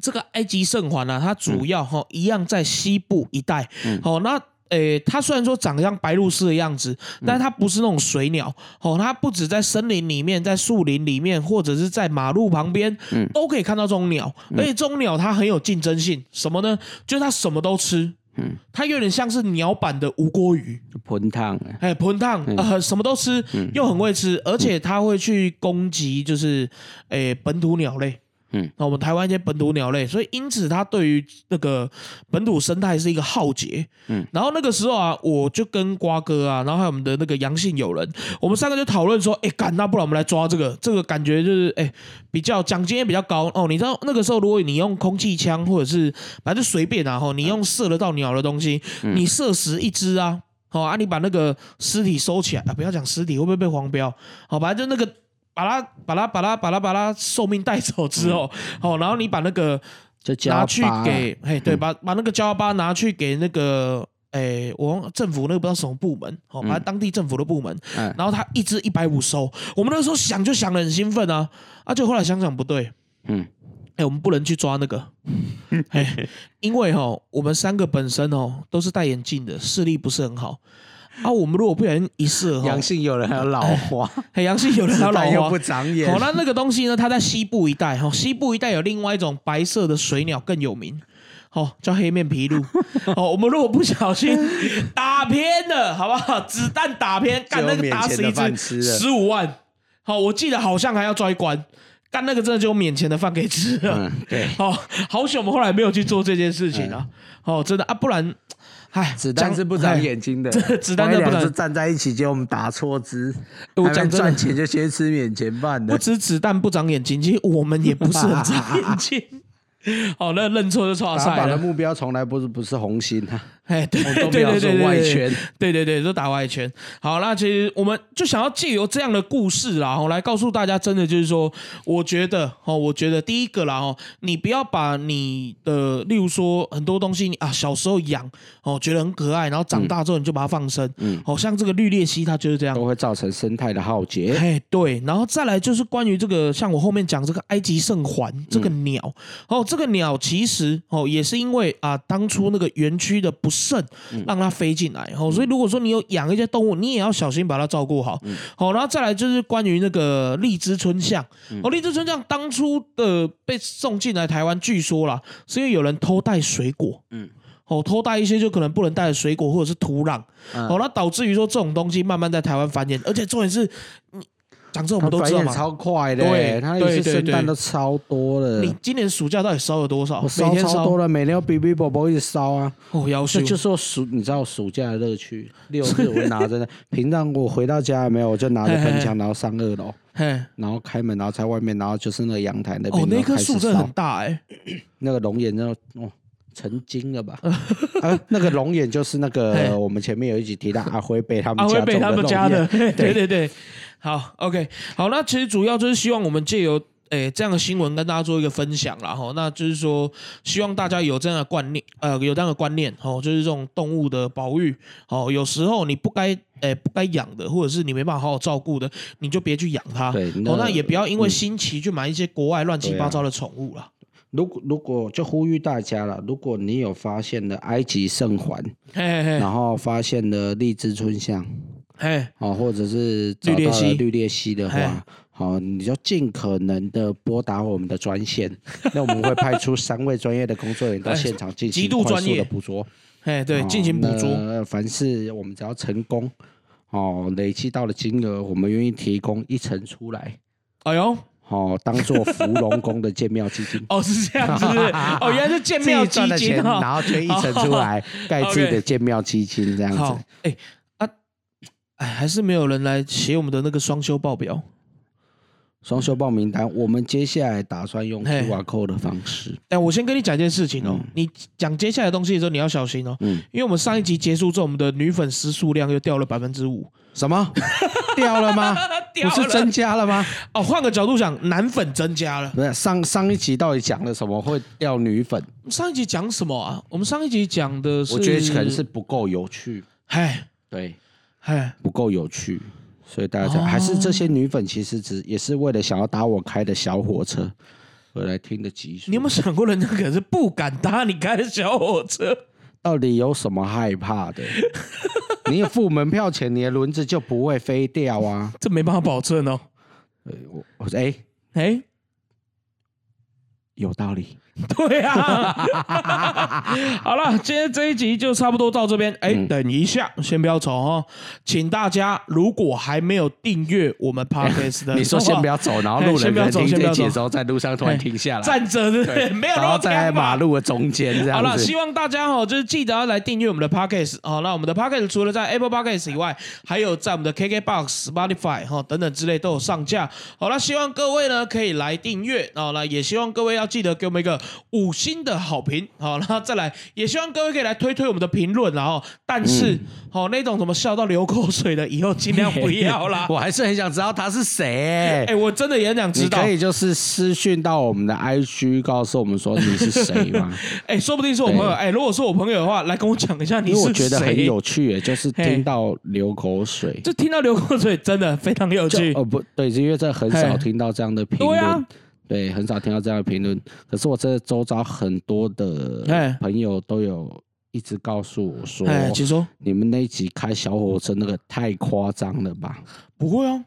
Speaker 2: 这个埃及圣环呢、啊，它主要哈、哦、一样在西部一带，哦，那。诶，它虽然说长得像白鹭鸶的样子，但它不是那种水鸟哦，它不止在森林里面，在树林里面，或者是在马路旁边，都可以看到这种鸟。而且这种鸟它很有竞争性，什么呢？就是它什么都吃，
Speaker 1: 嗯
Speaker 2: 它有点像是鸟版的无锅鱼。
Speaker 1: 喷烫啊！
Speaker 2: 哎，喷烫，呃，什么都吃，又很会吃，而且它会去攻击，就是，哎，本土鸟类。
Speaker 1: 嗯，
Speaker 2: 那我们台湾一些本土鸟类，所以因此它对于那个本土生态是一个浩劫。
Speaker 1: 嗯，
Speaker 2: 然后那个时候啊，我就跟瓜哥啊，然后还有我们的那个阳性友人，我们三个就讨论说，哎，干，那不然我们来抓这个，这个感觉就是，哎，比较奖金也比较高哦。你知道那个时候，如果你用空气枪或者是反正就随便啊，吼，你用射得到鸟的东西，你射死一只啊，好、啊，你把那个尸体收起来啊，不要讲尸体会不会被黄标，好，反正就那个把它把它把它把它把它寿命带走之后，好、然后你把那个
Speaker 1: 就叫
Speaker 2: 拿
Speaker 1: 他
Speaker 2: 去
Speaker 1: 拔
Speaker 2: 给，嘿，对，把把那个焦巴拿去给那个。哎，我忘政府那个不知道什么部门，哦，反正当地政府的部门，
Speaker 1: 嗯
Speaker 2: 然后他一只一百五收，我们那时候想就想的很兴奋啊，啊，就后来想想不对，
Speaker 1: 嗯
Speaker 2: 哎、我们不能去抓那个，哎、因为哈，我们三个本身哦都是戴眼镜的，视力不是很好啊。我们如果不小心一射哈
Speaker 1: 阳，性有人还有老
Speaker 2: (laughs)
Speaker 1: 花，
Speaker 2: 很阳性有人要老
Speaker 1: 但又
Speaker 2: 花
Speaker 1: 不。长眼
Speaker 2: 好、。那那个东西呢？它在西部一带哈，哦西部一带有另外一种白色的水鸟更有名。哦，叫黑面
Speaker 1: (laughs)
Speaker 2: 琵鹭。哦，我们如果不小心打偏了，好不好？子弹打偏，干
Speaker 1: 就
Speaker 2: 那
Speaker 1: 有
Speaker 2: 个打死一
Speaker 1: 免钱的饭吃
Speaker 2: 只
Speaker 1: 了
Speaker 2: 十五万。好、我记得好像还要抓一关，干那个真的就有免钱的饭可以吃了。
Speaker 1: 嗯，对，
Speaker 2: 哦，好险，我们后来没有去做这件事情啊！哦，真的啊，不然，唉，
Speaker 1: 嗯子弹
Speaker 2: 讲
Speaker 1: 是不长。
Speaker 2: 唉
Speaker 1: 眼睛的，
Speaker 2: 这子弹
Speaker 1: 那
Speaker 2: 是不长
Speaker 1: 哎
Speaker 2: 哎
Speaker 1: 两只站在一起，结果我们打错只。
Speaker 2: 我
Speaker 1: 还
Speaker 2: 讲
Speaker 1: 没
Speaker 2: 真的
Speaker 1: 赚，钱就先吃免钱饭
Speaker 2: 不
Speaker 1: 的，
Speaker 2: 止子弹不长眼睛，其实我们也不是很 (laughs) 长眼睛。哦，那认错就错
Speaker 1: 打
Speaker 2: 赛
Speaker 1: 靶的
Speaker 2: 了。
Speaker 1: 目标从来不是不是红心啊，
Speaker 2: (laughs) 哎，对
Speaker 1: 我都
Speaker 2: 对对
Speaker 1: 没有
Speaker 2: 对
Speaker 1: 说
Speaker 2: 对，
Speaker 1: 外圈，
Speaker 2: 对对对，都打外圈。好，那其实我们就想要借由这样的故事啦，吼，来告诉大家，真的就是说，我觉得，哦，我觉得第一个啦，哦，你不要把你的，例如说很多东西你啊，小时候养，哦，觉得很可爱，然后长大之后你就把它放生，
Speaker 1: 嗯
Speaker 2: 哦，像这个绿鬣蜥它就是这样。
Speaker 1: 都会造成生态的浩劫。
Speaker 2: 哎，对，然后再来就是关于这个，像我后面讲这个埃及圣环这个鸟、哦，这个鸟其实哦也是因为啊当初那个园区的不慎让它飞进来哦，所以如果说你有养一些动物，你也要小心把它照顾好。好、然后再来就是关于那个荔枝春象哦，荔枝春象当初的被送进来台湾，据说啦是因为有人偷带水果，
Speaker 1: 嗯
Speaker 2: 嗯。哦，偷带一些就可能不能带的水果或者是土壤，
Speaker 1: 嗯
Speaker 2: 哦，那导致于说这种东西慢慢在台湾繁衍，而且重点是，你讲这我
Speaker 1: 它
Speaker 2: 们都
Speaker 1: 繁
Speaker 2: 知道
Speaker 1: 衍
Speaker 2: 嘛，
Speaker 1: 超快的、
Speaker 2: 对
Speaker 1: 它一次
Speaker 2: 对对
Speaker 1: 生蛋
Speaker 2: 对
Speaker 1: 都超多的
Speaker 2: 你。今年暑假到底烧了多少？
Speaker 1: 我
Speaker 2: 每
Speaker 1: 烧
Speaker 2: 天
Speaker 1: 超多了，每天哔哔啵啵一直烧啊，
Speaker 2: 哦，要求
Speaker 1: 这就是我暑，你知道我暑假的乐趣。六
Speaker 2: (laughs)
Speaker 1: 日我拿着那，平常我回到家没有，我就拿着喷枪，然后上二
Speaker 2: (laughs)
Speaker 1: 楼，
Speaker 2: 嘿，
Speaker 1: 然后开门，然后在外面，然后就是那个阳台那边，
Speaker 2: 哦，那
Speaker 1: 然后
Speaker 2: 棵
Speaker 1: 开始
Speaker 2: 树真的
Speaker 1: 烧
Speaker 2: 很大哎、
Speaker 1: 那个龙眼那哦，成精
Speaker 2: (laughs)
Speaker 1: 了吧？啊，那个龙眼就是那
Speaker 2: 嘿
Speaker 1: 个我们前面有一集
Speaker 2: (laughs)
Speaker 1: 提到阿辉被他们
Speaker 2: 阿
Speaker 1: 家
Speaker 2: 辉啊被他们家的，
Speaker 1: 种龙眼
Speaker 2: (laughs) 对
Speaker 1: 对
Speaker 2: 对对。好，OK，好，那其实主要就是希望我们借由诶、这样的新闻跟大家做一个分享啦，吼，那就是说希望大家有这样的观念，呃，有这样的观念，哦，就是这种动物的保育，哦，有时候你不该诶、不该养的，或者是你没办法好好照顾的，你就别去养它，
Speaker 1: 对
Speaker 2: 哦，
Speaker 1: 那嗯
Speaker 2: 那也不要因为新奇去买一些国外乱七
Speaker 1: 对啊
Speaker 2: 八糟的宠物啦。
Speaker 1: 如果如果就呼吁大家了，如果你有发现了埃及圣环，
Speaker 2: 嘿嘿嘿，
Speaker 1: 然后发现了荔枝春象，
Speaker 2: 嘿，
Speaker 1: 哦，或者是找
Speaker 2: 绿鬣
Speaker 1: 到了
Speaker 2: 蜥哎
Speaker 1: 绿鬣蜥的
Speaker 2: 嘿
Speaker 1: 话，好、你就尽可能的拨打我们的专
Speaker 2: (laughs)
Speaker 1: 线，那我们会派出三位专业的工作人员到现场进
Speaker 2: 哎极
Speaker 1: 行
Speaker 2: 度
Speaker 1: 快
Speaker 2: 专
Speaker 1: 速
Speaker 2: 业
Speaker 1: 的捕捉，
Speaker 2: 嘿，对，
Speaker 1: 哦
Speaker 2: 进行捕捉，
Speaker 1: 那凡是我们只要成功，哦，累积到了金额，我们愿意提供一成出来，
Speaker 2: 哎呦，。
Speaker 1: 哦，当做芙蓉宫的建庙基金
Speaker 2: 哦，是这样，是不是？哦，原来是 (laughs) 建庙
Speaker 1: 自己
Speaker 2: 基
Speaker 1: 赚的
Speaker 2: 金哦
Speaker 1: 钱，
Speaker 2: 哈、
Speaker 1: 然后捐一成出
Speaker 2: (laughs)
Speaker 1: 来盖自己的建庙基金，这样
Speaker 2: 好
Speaker 1: 子。，
Speaker 2: 哎、啊，哎，还是没有人来写我们的那个双休报表。
Speaker 1: 双休报名单，我们接下来打算用
Speaker 2: 嗯嘿
Speaker 1: QR code 的方式。
Speaker 2: 哎，我先跟你讲一件事情哦，你讲接下来的东西的时候，你要小心哦，
Speaker 1: 嗯
Speaker 2: 因为我们上一集结束之后，我们的女粉丝数量又掉了百分之五，
Speaker 1: 什么？ (laughs) 掉了吗？
Speaker 2: (laughs) 掉
Speaker 1: 不
Speaker 2: 了
Speaker 1: 是增加了吗？
Speaker 2: 哦，换个角度想，男粉增加了。
Speaker 1: 不是上上一集到底讲了什么会掉女粉？
Speaker 2: 上一集讲什么啊？我们上一集讲的是，
Speaker 1: 我觉得可能是，不够有趣，
Speaker 2: 哎
Speaker 1: 对，
Speaker 2: 哎，
Speaker 1: 不够有趣，所以大家才、
Speaker 2: 哦
Speaker 1: 还是这些女粉其实只也是为了想要搭我开的小火车而来听的集数。
Speaker 2: 你有没有想过，人家可能是不敢搭你开的小火车？
Speaker 1: 到底有什么害怕
Speaker 2: (laughs)
Speaker 1: 的？你有付门票钱，你的轮子就不会飞掉啊！
Speaker 2: 这没办法保证哦。
Speaker 1: 呃我我说哎、
Speaker 2: 哎，
Speaker 1: 有道理。
Speaker 2: (laughs) 对啊，好了，今天这一集就差不多到这边。哎、
Speaker 1: 嗯
Speaker 2: 等一下，先不要走哦，请大家如果还没有订阅我们 podcast
Speaker 1: (laughs)
Speaker 2: 的，
Speaker 1: 你说先不要走，然后路
Speaker 2: 哎先
Speaker 1: 人
Speaker 2: 不要
Speaker 1: 可能
Speaker 2: 走
Speaker 1: 听
Speaker 2: 先不
Speaker 1: 这
Speaker 2: 要
Speaker 1: 集的
Speaker 2: 走
Speaker 1: 时候，在路上突然停下来，
Speaker 2: 站着，对不对？没有
Speaker 1: 然后
Speaker 2: 人
Speaker 1: 站在马。路的中间这样
Speaker 2: 好
Speaker 1: 子。。
Speaker 2: 了，希望大家哦，就是记得要来订阅我们的 podcast 哦。那我们的 podcast 除了在 Apple podcast 以外，还有在我们的 KKBox、Spotify 哈、哦、等等之类都有上架。好了，希望各位呢可以来订阅哦。那也希望各位要记得给我们一个五星的好评。好、然后再来，也希望各位可以来推推我们的评论。然后，但是哦，那种什么笑到流口水的，以后尽量不要啦
Speaker 1: (laughs) 我还是很想知道他是谁、
Speaker 2: 哎、我真的也很想知
Speaker 1: 你
Speaker 2: 道
Speaker 1: 可，以就是私讯到我们的 IG，告诉我们说你是谁吗？
Speaker 2: 哎、说不定是我朋友。
Speaker 1: 对
Speaker 2: 哎、如果是我朋友的话，来跟我讲一下 (laughs) 你
Speaker 1: 因为我
Speaker 2: 是
Speaker 1: 觉得很
Speaker 2: 谁
Speaker 1: 有趣耶，就是
Speaker 2: 嘿
Speaker 1: 听到流口水，
Speaker 2: 就听到流口水，真的非常有
Speaker 1: 就
Speaker 2: 趣。
Speaker 1: 哦不对，因为这很少
Speaker 2: 嘿
Speaker 1: 听到这样的评
Speaker 2: 对
Speaker 1: 论，
Speaker 2: 啊
Speaker 1: 对很少听到这样的评论。可是我这周遭很多
Speaker 2: 嘿
Speaker 1: 的朋友都有一直告诉我说，
Speaker 2: 哎，请说。
Speaker 1: 你们那一集开小火车那个太夸张了吧？
Speaker 2: 不会啊，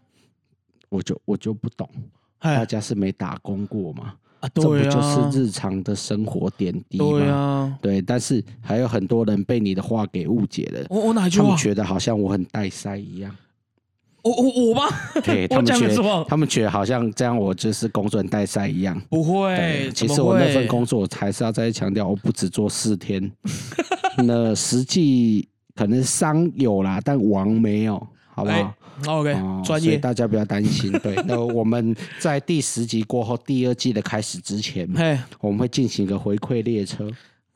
Speaker 1: 我就我就不懂，
Speaker 2: 哎
Speaker 1: 大家是没打工过吗？
Speaker 2: 啊，
Speaker 1: 这不
Speaker 2: 对啊，
Speaker 1: 就是日常的生活点滴吗？
Speaker 2: 对啊。
Speaker 1: 对但是还有很多人被你的话给误解了，
Speaker 2: 我我哪一句
Speaker 1: 他
Speaker 2: 话
Speaker 1: 们？觉得好像我很带塞一
Speaker 2: (laughs)
Speaker 1: 样，
Speaker 2: 我我我吗？
Speaker 1: 对他
Speaker 2: 我
Speaker 1: 们
Speaker 2: 讲
Speaker 1: 觉
Speaker 2: 的什
Speaker 1: 得
Speaker 2: 么？
Speaker 1: 他们觉得好像这样我就是工作很带塞一样。
Speaker 2: 不
Speaker 1: 对
Speaker 2: 会，
Speaker 1: 其
Speaker 2: 哎怎么
Speaker 1: 实我那份
Speaker 2: 会
Speaker 1: 工作，我还是要再强调，我不只做四天， (laughs) 那实际可能商有啦，但王没有，好不好？
Speaker 2: 哎
Speaker 1: 哦
Speaker 2: ，OK，专
Speaker 1: 所以
Speaker 2: 业。
Speaker 1: 大家不要担心。对，那我们在第十集过后，第二季的开始之前，
Speaker 2: 嘿，
Speaker 1: 我们会进行一个回馈列车，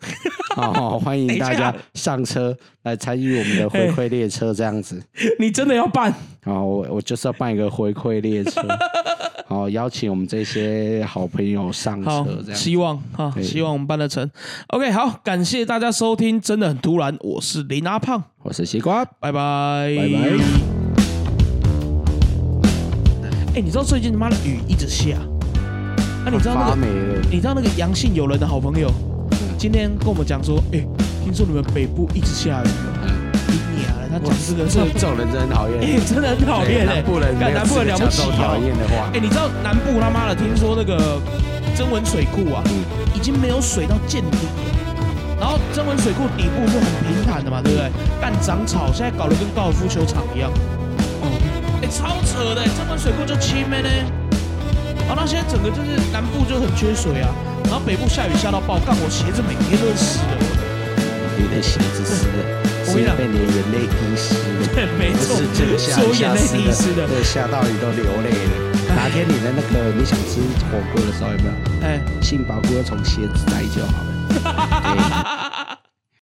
Speaker 1: (laughs) 好、好欢迎大家
Speaker 2: 等哎
Speaker 1: 上车来参与我们的回馈列车，这样子。
Speaker 2: (laughs) 你真的要办？
Speaker 1: 好，我我就是要办一个回馈列
Speaker 2: (laughs)
Speaker 1: 车，好邀请我们这些好朋友上
Speaker 2: 好
Speaker 1: 车，嗯这，样子。
Speaker 2: 希望哈，
Speaker 1: 对
Speaker 2: 希望我们办得成。OK，好，感谢大家收听，真的很突然，我是林阿胖，
Speaker 1: 我是西瓜，
Speaker 2: 拜拜，
Speaker 1: 拜拜。
Speaker 2: 哎、你知道最近他妈的雨一直下，啊那、你知道那
Speaker 1: 发
Speaker 2: 个
Speaker 1: 霉了，
Speaker 2: 你知道那个阳性友人的好朋友，
Speaker 1: 嗯
Speaker 2: 今天跟我们讲说，哎、听说你们北部一直下雨，
Speaker 1: 嗯
Speaker 2: 你啊，他讲这个
Speaker 1: 这
Speaker 2: 是 (laughs)
Speaker 1: 这种人真的很讨厌。
Speaker 2: 哎、真的很讨厌哎，
Speaker 1: 南部人
Speaker 2: 干南部人了
Speaker 1: 没有资格讲
Speaker 2: 不起
Speaker 1: 这种讨
Speaker 2: 哦。
Speaker 1: 厌的话
Speaker 2: 哎、，你知道南部他妈的听说那个增文水库啊，
Speaker 1: 嗯
Speaker 2: 已经没有水到见底了，然后增文水库底部是很平坦的嘛，对不对？但长草现在搞得跟高尔夫球场一样，哦，哎、超扯的、增文水库就七妹呢，然后那现在整个就是南部就很缺水啊，然后北部下雨下到爆，干我鞋子每天都是湿的，
Speaker 1: 你的鞋子湿了，
Speaker 2: 我跟你
Speaker 1: 是
Speaker 2: 讲
Speaker 1: 被你的眼泪滴湿了。
Speaker 2: 对，没
Speaker 1: 不
Speaker 2: 错
Speaker 1: 是这个，下
Speaker 2: 是我眼泪滴湿的，哎
Speaker 1: 对，下到你都流泪了。哪天你的那个你想吃火锅的时候，有没有
Speaker 2: 哎。
Speaker 1: 杏鲍菇要从鞋子摘就好了？对